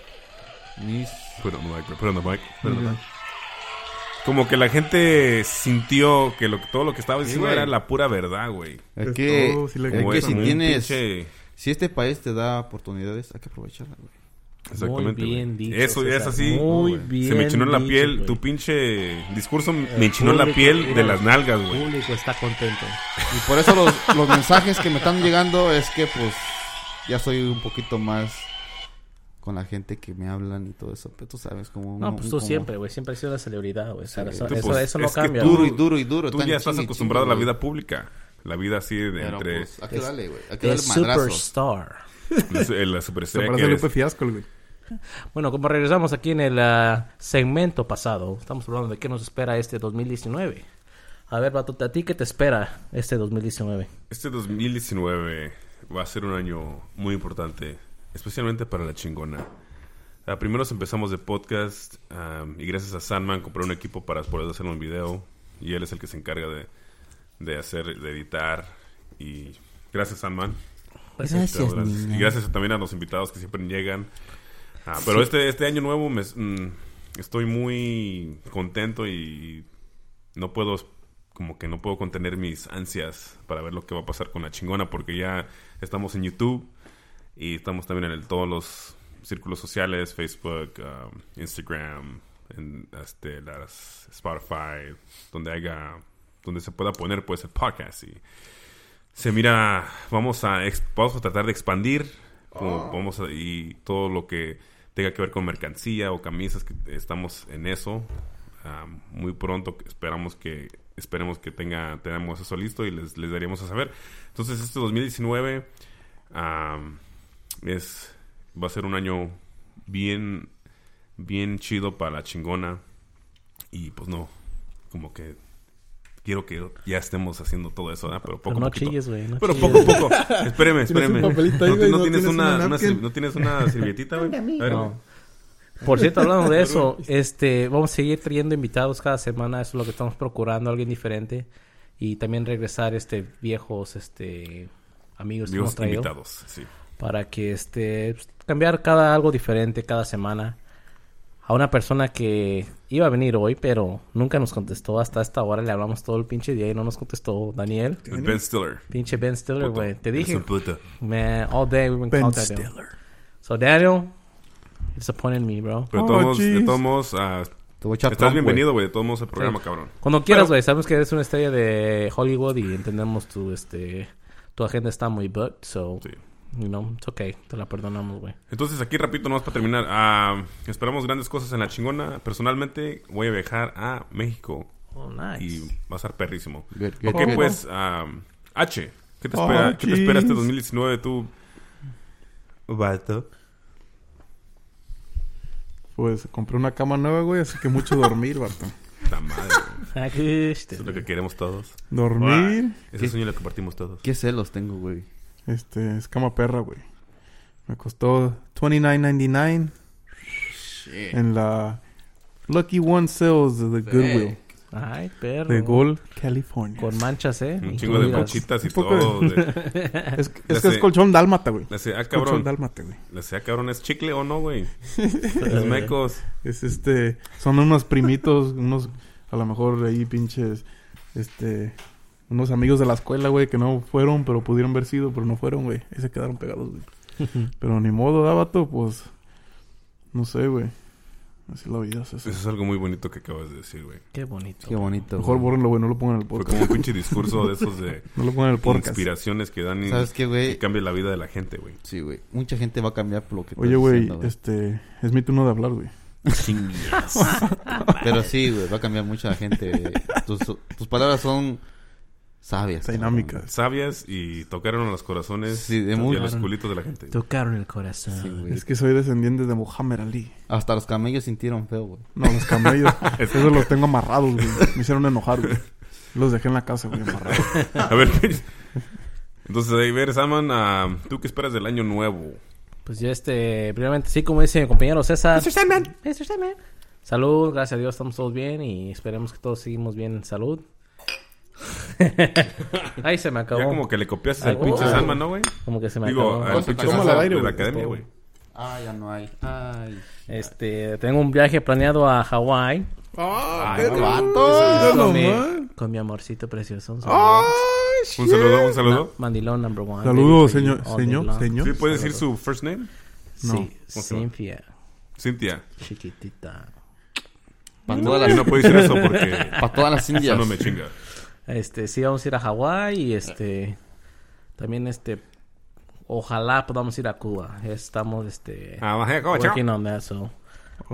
[SPEAKER 3] Mis
[SPEAKER 1] Put on the mic, put on the mic, put on the mic. como que la gente sintió que lo, todo lo que estaba diciendo
[SPEAKER 3] güey.
[SPEAKER 1] era la pura verdad güey
[SPEAKER 3] es
[SPEAKER 5] Es
[SPEAKER 3] que,
[SPEAKER 5] Pues todo, sí le-
[SPEAKER 3] es
[SPEAKER 1] Como
[SPEAKER 3] que
[SPEAKER 1] es
[SPEAKER 3] si
[SPEAKER 1] muy
[SPEAKER 3] tienes
[SPEAKER 1] pinche-
[SPEAKER 3] si este país te da oportunidades, hay que aprovecharla, güey.
[SPEAKER 1] Exactamente.
[SPEAKER 2] Muy bien
[SPEAKER 1] güey.
[SPEAKER 2] dicho,
[SPEAKER 1] Eso ya es
[SPEAKER 2] César.
[SPEAKER 1] así.
[SPEAKER 2] Muy
[SPEAKER 1] güey.
[SPEAKER 2] bien
[SPEAKER 1] Se me chinó la
[SPEAKER 2] dicho,
[SPEAKER 1] piel.
[SPEAKER 2] güey.
[SPEAKER 1] Tu pinche discurso me
[SPEAKER 3] Eh,
[SPEAKER 1] enchinó la
[SPEAKER 2] público,
[SPEAKER 1] piel de
[SPEAKER 2] mira.
[SPEAKER 1] las nalgas,
[SPEAKER 2] El
[SPEAKER 1] güey.
[SPEAKER 2] público está contento.
[SPEAKER 3] Y por eso los, los mensajes que me están llegando es que pues ya soy un poquito más con la gente que me hablan y todo eso. Pero tú sabes como
[SPEAKER 2] No,
[SPEAKER 3] uno-
[SPEAKER 2] pues tú
[SPEAKER 3] como-
[SPEAKER 2] siempre, güey. Siempre has sido una celebridad, güey. O sea, eso,
[SPEAKER 1] Tú,
[SPEAKER 2] eso-
[SPEAKER 1] pues,
[SPEAKER 2] eso no
[SPEAKER 1] es que
[SPEAKER 2] cambia.
[SPEAKER 1] tú-
[SPEAKER 3] Duro y duro y duro.
[SPEAKER 1] Tú
[SPEAKER 3] tan
[SPEAKER 1] ya estás
[SPEAKER 3] chingue,
[SPEAKER 1] acostumbrado a la
[SPEAKER 3] chingue,
[SPEAKER 1] vida pública. La vida así de
[SPEAKER 3] Pero,
[SPEAKER 1] entre
[SPEAKER 3] pues, hay que darle, güey. Hay que
[SPEAKER 2] De
[SPEAKER 3] darle madrazos.
[SPEAKER 2] superstar.
[SPEAKER 1] la, [laughs] la
[SPEAKER 5] Se
[SPEAKER 1] superestrella
[SPEAKER 5] parece
[SPEAKER 1] que
[SPEAKER 5] a
[SPEAKER 1] eres.
[SPEAKER 5] Lupe Fiasco, güey.
[SPEAKER 2] Bueno, como regresamos aquí en el ah, segmento pasado, estamos hablando de qué nos espera este 2019. A ver, Bato, ¿a ti qué te espera este 2019?
[SPEAKER 1] Este 2019 va a ser un año muy importante, especialmente para la chingona. Ah, primero empezamos de podcast am, y gracias a Sandman compré un equipo para poder hacer un video y él es el que se encarga de, de hacer, de editar y gracias Sandman. Gracias. Y gracias también a los invitados que siempre llegan. Ah, pero este, este año nuevo me, mm, estoy muy contento y no puedo, como que no puedo contener mis ansias para ver lo que va a pasar con la chingona, porque ya estamos en YouTube y estamos también en el- todos los círculos sociales, Facebook, um, Instagram, en este, las Spotify, donde haya, donde se pueda poner pues el podcast y se mira, vamos a, ex- vamos a tratar de expandir como vamos a- y todo lo que tenga que ver con mercancía o camisas, que estamos en eso. Am, muy pronto esperamos que esperemos que tenga tenemos eso listo y les, les daríamos a saber. Entonces este 2019 am, es va a ser un año bien bien chido para la chingona y pues no como que quiero que ya estemos haciendo todo eso, ¿verdad? Pero poco
[SPEAKER 2] Pero
[SPEAKER 1] a
[SPEAKER 2] no
[SPEAKER 1] poquito.
[SPEAKER 2] chilles, güey. no
[SPEAKER 1] Pero
[SPEAKER 2] chilles.
[SPEAKER 1] poco a poco. Espéreme, espéreme.
[SPEAKER 5] un papelito ahí,
[SPEAKER 1] ¿No,
[SPEAKER 5] güey,
[SPEAKER 1] no
[SPEAKER 5] no
[SPEAKER 1] tienes
[SPEAKER 5] tienes
[SPEAKER 1] una,
[SPEAKER 5] una
[SPEAKER 1] una
[SPEAKER 5] napkin?
[SPEAKER 1] sir- ¿No tienes una servietita, güey? A ver,
[SPEAKER 2] No. Por cierto, hablando
[SPEAKER 1] [laughs]
[SPEAKER 2] de eso, este, vamos a seguir trayendo invitados cada semana. Eso es lo que estamos procurando, alguien diferente. Y también regresar, este, viejos, este, amigos que hemos
[SPEAKER 1] amigos
[SPEAKER 2] traído.
[SPEAKER 1] invitados. Sí.
[SPEAKER 2] Para que, este, pues, cambiar cada algo diferente cada semana. A una persona que iba a venir hoy, pero nunca nos contestó. Hasta esta hora le hablamos todo el pinche día y no nos contestó Daniel.
[SPEAKER 1] El Ben Stiller.
[SPEAKER 2] Pinche Ben Stiller,
[SPEAKER 1] Puto.
[SPEAKER 2] güey. Te
[SPEAKER 1] Eres
[SPEAKER 2] dije.
[SPEAKER 1] un puto.
[SPEAKER 2] Man, all day we've been
[SPEAKER 4] Ben
[SPEAKER 2] contacting. So Daniel, you disappointed me, bro.
[SPEAKER 1] Pero de
[SPEAKER 4] Oh,
[SPEAKER 1] todos modos- de
[SPEAKER 4] jeez.
[SPEAKER 1] todos modos, ah,
[SPEAKER 3] Te voy a echar
[SPEAKER 1] estás
[SPEAKER 3] Trump, güey.
[SPEAKER 1] bienvenido, güey. De todos modos, el programa, cabrón.
[SPEAKER 2] Cuando quieras, güey. Sabemos que eres una estrella de Hollywood y entendemos tu, este, tu agenda está muy booked, so,
[SPEAKER 1] Sí.
[SPEAKER 2] you know, it's okay. Te la perdonamos, güey.
[SPEAKER 1] Entonces, aquí, rapidito, nomás para terminar. ah, esperamos grandes cosas en la chingona. Personalmente, voy a viajar a México
[SPEAKER 2] Oh, nice.
[SPEAKER 1] y
[SPEAKER 2] [laughs]
[SPEAKER 1] va a estar perrísimo.
[SPEAKER 3] Good, good,
[SPEAKER 1] Ok,
[SPEAKER 3] good.
[SPEAKER 1] pues, ah, H, ¿qué te,
[SPEAKER 4] Oh,
[SPEAKER 1] espera, ¿qué te espera este
[SPEAKER 4] jeez.
[SPEAKER 1] 2019 tú? Vato.
[SPEAKER 4] Pues compré una cama
[SPEAKER 5] nueva, güey, así que mucho dormir, Barto.
[SPEAKER 1] La madre, güey.
[SPEAKER 2] Ah, qué este.
[SPEAKER 1] Eso es lo que queremos todos.
[SPEAKER 5] Dormir,
[SPEAKER 1] Ese sueño lo compartimos todos.
[SPEAKER 3] ¿Qué celos tengo, güey?
[SPEAKER 5] este, es cama perra, güey. Me costó $29.99 en la Lucky One Sales de The Goodwill
[SPEAKER 2] Ay, perro.
[SPEAKER 5] de Gold, California.
[SPEAKER 2] Con manchas, eh.
[SPEAKER 1] Un
[SPEAKER 2] Y
[SPEAKER 1] chingo
[SPEAKER 2] tú
[SPEAKER 1] de
[SPEAKER 2] miras.
[SPEAKER 1] manchitas y
[SPEAKER 5] Un poco de-
[SPEAKER 1] todo. de-
[SPEAKER 5] Es, que-
[SPEAKER 1] Ya
[SPEAKER 5] es que es
[SPEAKER 1] sé.
[SPEAKER 5] colchón dálmata, güey.
[SPEAKER 1] Le decía, ah,
[SPEAKER 5] Colchón
[SPEAKER 1] cabrón.
[SPEAKER 5] dálmata, güey.
[SPEAKER 1] Le decía, ah, cabrón, ¿es chicle o no, güey? Los mecos.
[SPEAKER 5] Es este, son unos primitos, [laughs] unos, a lo mejor ahí pinches, este, unos amigos de la escuela, güey, que no fueron, pero pudieron haber sido, pero no fueron, güey. Ahí se quedaron pegados, güey. Pero ni modo, Dábato, pues, no sé, güey. Así la vida es
[SPEAKER 1] Eso
[SPEAKER 5] eso.
[SPEAKER 1] es algo muy bonito que acabas de decir, güey.
[SPEAKER 2] Qué bonito.
[SPEAKER 3] Qué bonito.
[SPEAKER 5] Mejor
[SPEAKER 3] güey.
[SPEAKER 5] borrenlo, güey, no lo pongan en el
[SPEAKER 1] Fue
[SPEAKER 5] podcast.
[SPEAKER 1] como un pinche discurso de esos de
[SPEAKER 5] No lo pongan en el podcast.
[SPEAKER 1] inspiraciones que dan y,
[SPEAKER 3] ¿Sabes qué,
[SPEAKER 1] y
[SPEAKER 3] güey?
[SPEAKER 1] cambian la vida de la gente, güey.
[SPEAKER 3] Sí, güey. Mucha gente va a cambiar por lo que
[SPEAKER 5] Oye,
[SPEAKER 3] estás
[SPEAKER 5] güey,
[SPEAKER 3] diciendo,
[SPEAKER 5] este, es mi turno de hablar, güey.
[SPEAKER 3] Pero sí, güey, va a cambiar mucha gente. güey. Tus, tus palabras son sabias. cabrón.
[SPEAKER 5] Dinámicas.
[SPEAKER 1] Sabias y tocaron los corazones
[SPEAKER 3] Sí, de
[SPEAKER 1] y a
[SPEAKER 3] mucho.
[SPEAKER 1] los culitos de la
[SPEAKER 2] [laughs]
[SPEAKER 1] gente.
[SPEAKER 2] Tocaron el corazón.
[SPEAKER 3] Sí, güey.
[SPEAKER 5] Es que soy descendiente de Muhammad Ali.
[SPEAKER 3] Hasta los camellos sintieron feo, güey.
[SPEAKER 5] No, los camellos. Esos los tengo amarrados, güey. Me hicieron enojar, güey. Los dejé en la casa,
[SPEAKER 2] [laughs]
[SPEAKER 5] güey, amarrados.
[SPEAKER 1] A ver, pinche. entonces, ahí ver, Saman, ah, ¿tú qué esperas del año nuevo?
[SPEAKER 2] Pues yo, este, primeramente, sí, como dice mi compañero César.
[SPEAKER 1] Mr. Sandman.
[SPEAKER 2] Mr. Sandman. Salud, gracias a Dios, estamos todos bien y esperemos que todos seguimos bien en salud. [laughs] Ahí se me acabó.
[SPEAKER 1] Ya como que le copiaste
[SPEAKER 2] Ay,
[SPEAKER 1] al pinche
[SPEAKER 2] oh.
[SPEAKER 1] Salman, ¿no, güey?
[SPEAKER 2] Como que se me
[SPEAKER 1] Digo,
[SPEAKER 2] acabó.
[SPEAKER 1] al pinche
[SPEAKER 3] Tómala al
[SPEAKER 1] César
[SPEAKER 5] aire,
[SPEAKER 1] de la
[SPEAKER 5] güey.
[SPEAKER 1] academia, güey.
[SPEAKER 3] Ah, ya no hay. Ay.
[SPEAKER 2] Este, tengo un viaje planeado a Hawái Ah,
[SPEAKER 1] Ay,
[SPEAKER 3] ¡Qué
[SPEAKER 1] güey.
[SPEAKER 5] Ah,
[SPEAKER 3] vato!
[SPEAKER 2] con, mi- con mi amorcito precioso. Un saludo.
[SPEAKER 1] Un saludo, un
[SPEAKER 2] Ma-
[SPEAKER 1] Ah, saludo.
[SPEAKER 2] Mandilón number one.
[SPEAKER 5] Saludos,
[SPEAKER 2] Baby for you
[SPEAKER 5] señor,
[SPEAKER 2] all day
[SPEAKER 5] señor,
[SPEAKER 2] long.
[SPEAKER 5] señor.
[SPEAKER 1] ¿Sí puedes decir su first name?
[SPEAKER 5] No.
[SPEAKER 2] Sí, Cynthia,
[SPEAKER 1] Cintia.
[SPEAKER 2] chiquitita.
[SPEAKER 3] Para
[SPEAKER 1] Yo
[SPEAKER 3] todas
[SPEAKER 1] no
[SPEAKER 3] las,
[SPEAKER 1] puedo decir eso
[SPEAKER 3] [laughs]
[SPEAKER 1] porque
[SPEAKER 3] pa' todas
[SPEAKER 1] [laughs]
[SPEAKER 3] las
[SPEAKER 1] eso
[SPEAKER 3] indias.
[SPEAKER 1] no me chinga.
[SPEAKER 2] Este, sí, vamos a ir a Hawái y este, también este, ojalá podamos ir a Cuba. Estamos, este,
[SPEAKER 1] Ah, baja, coche.
[SPEAKER 2] working on that, so,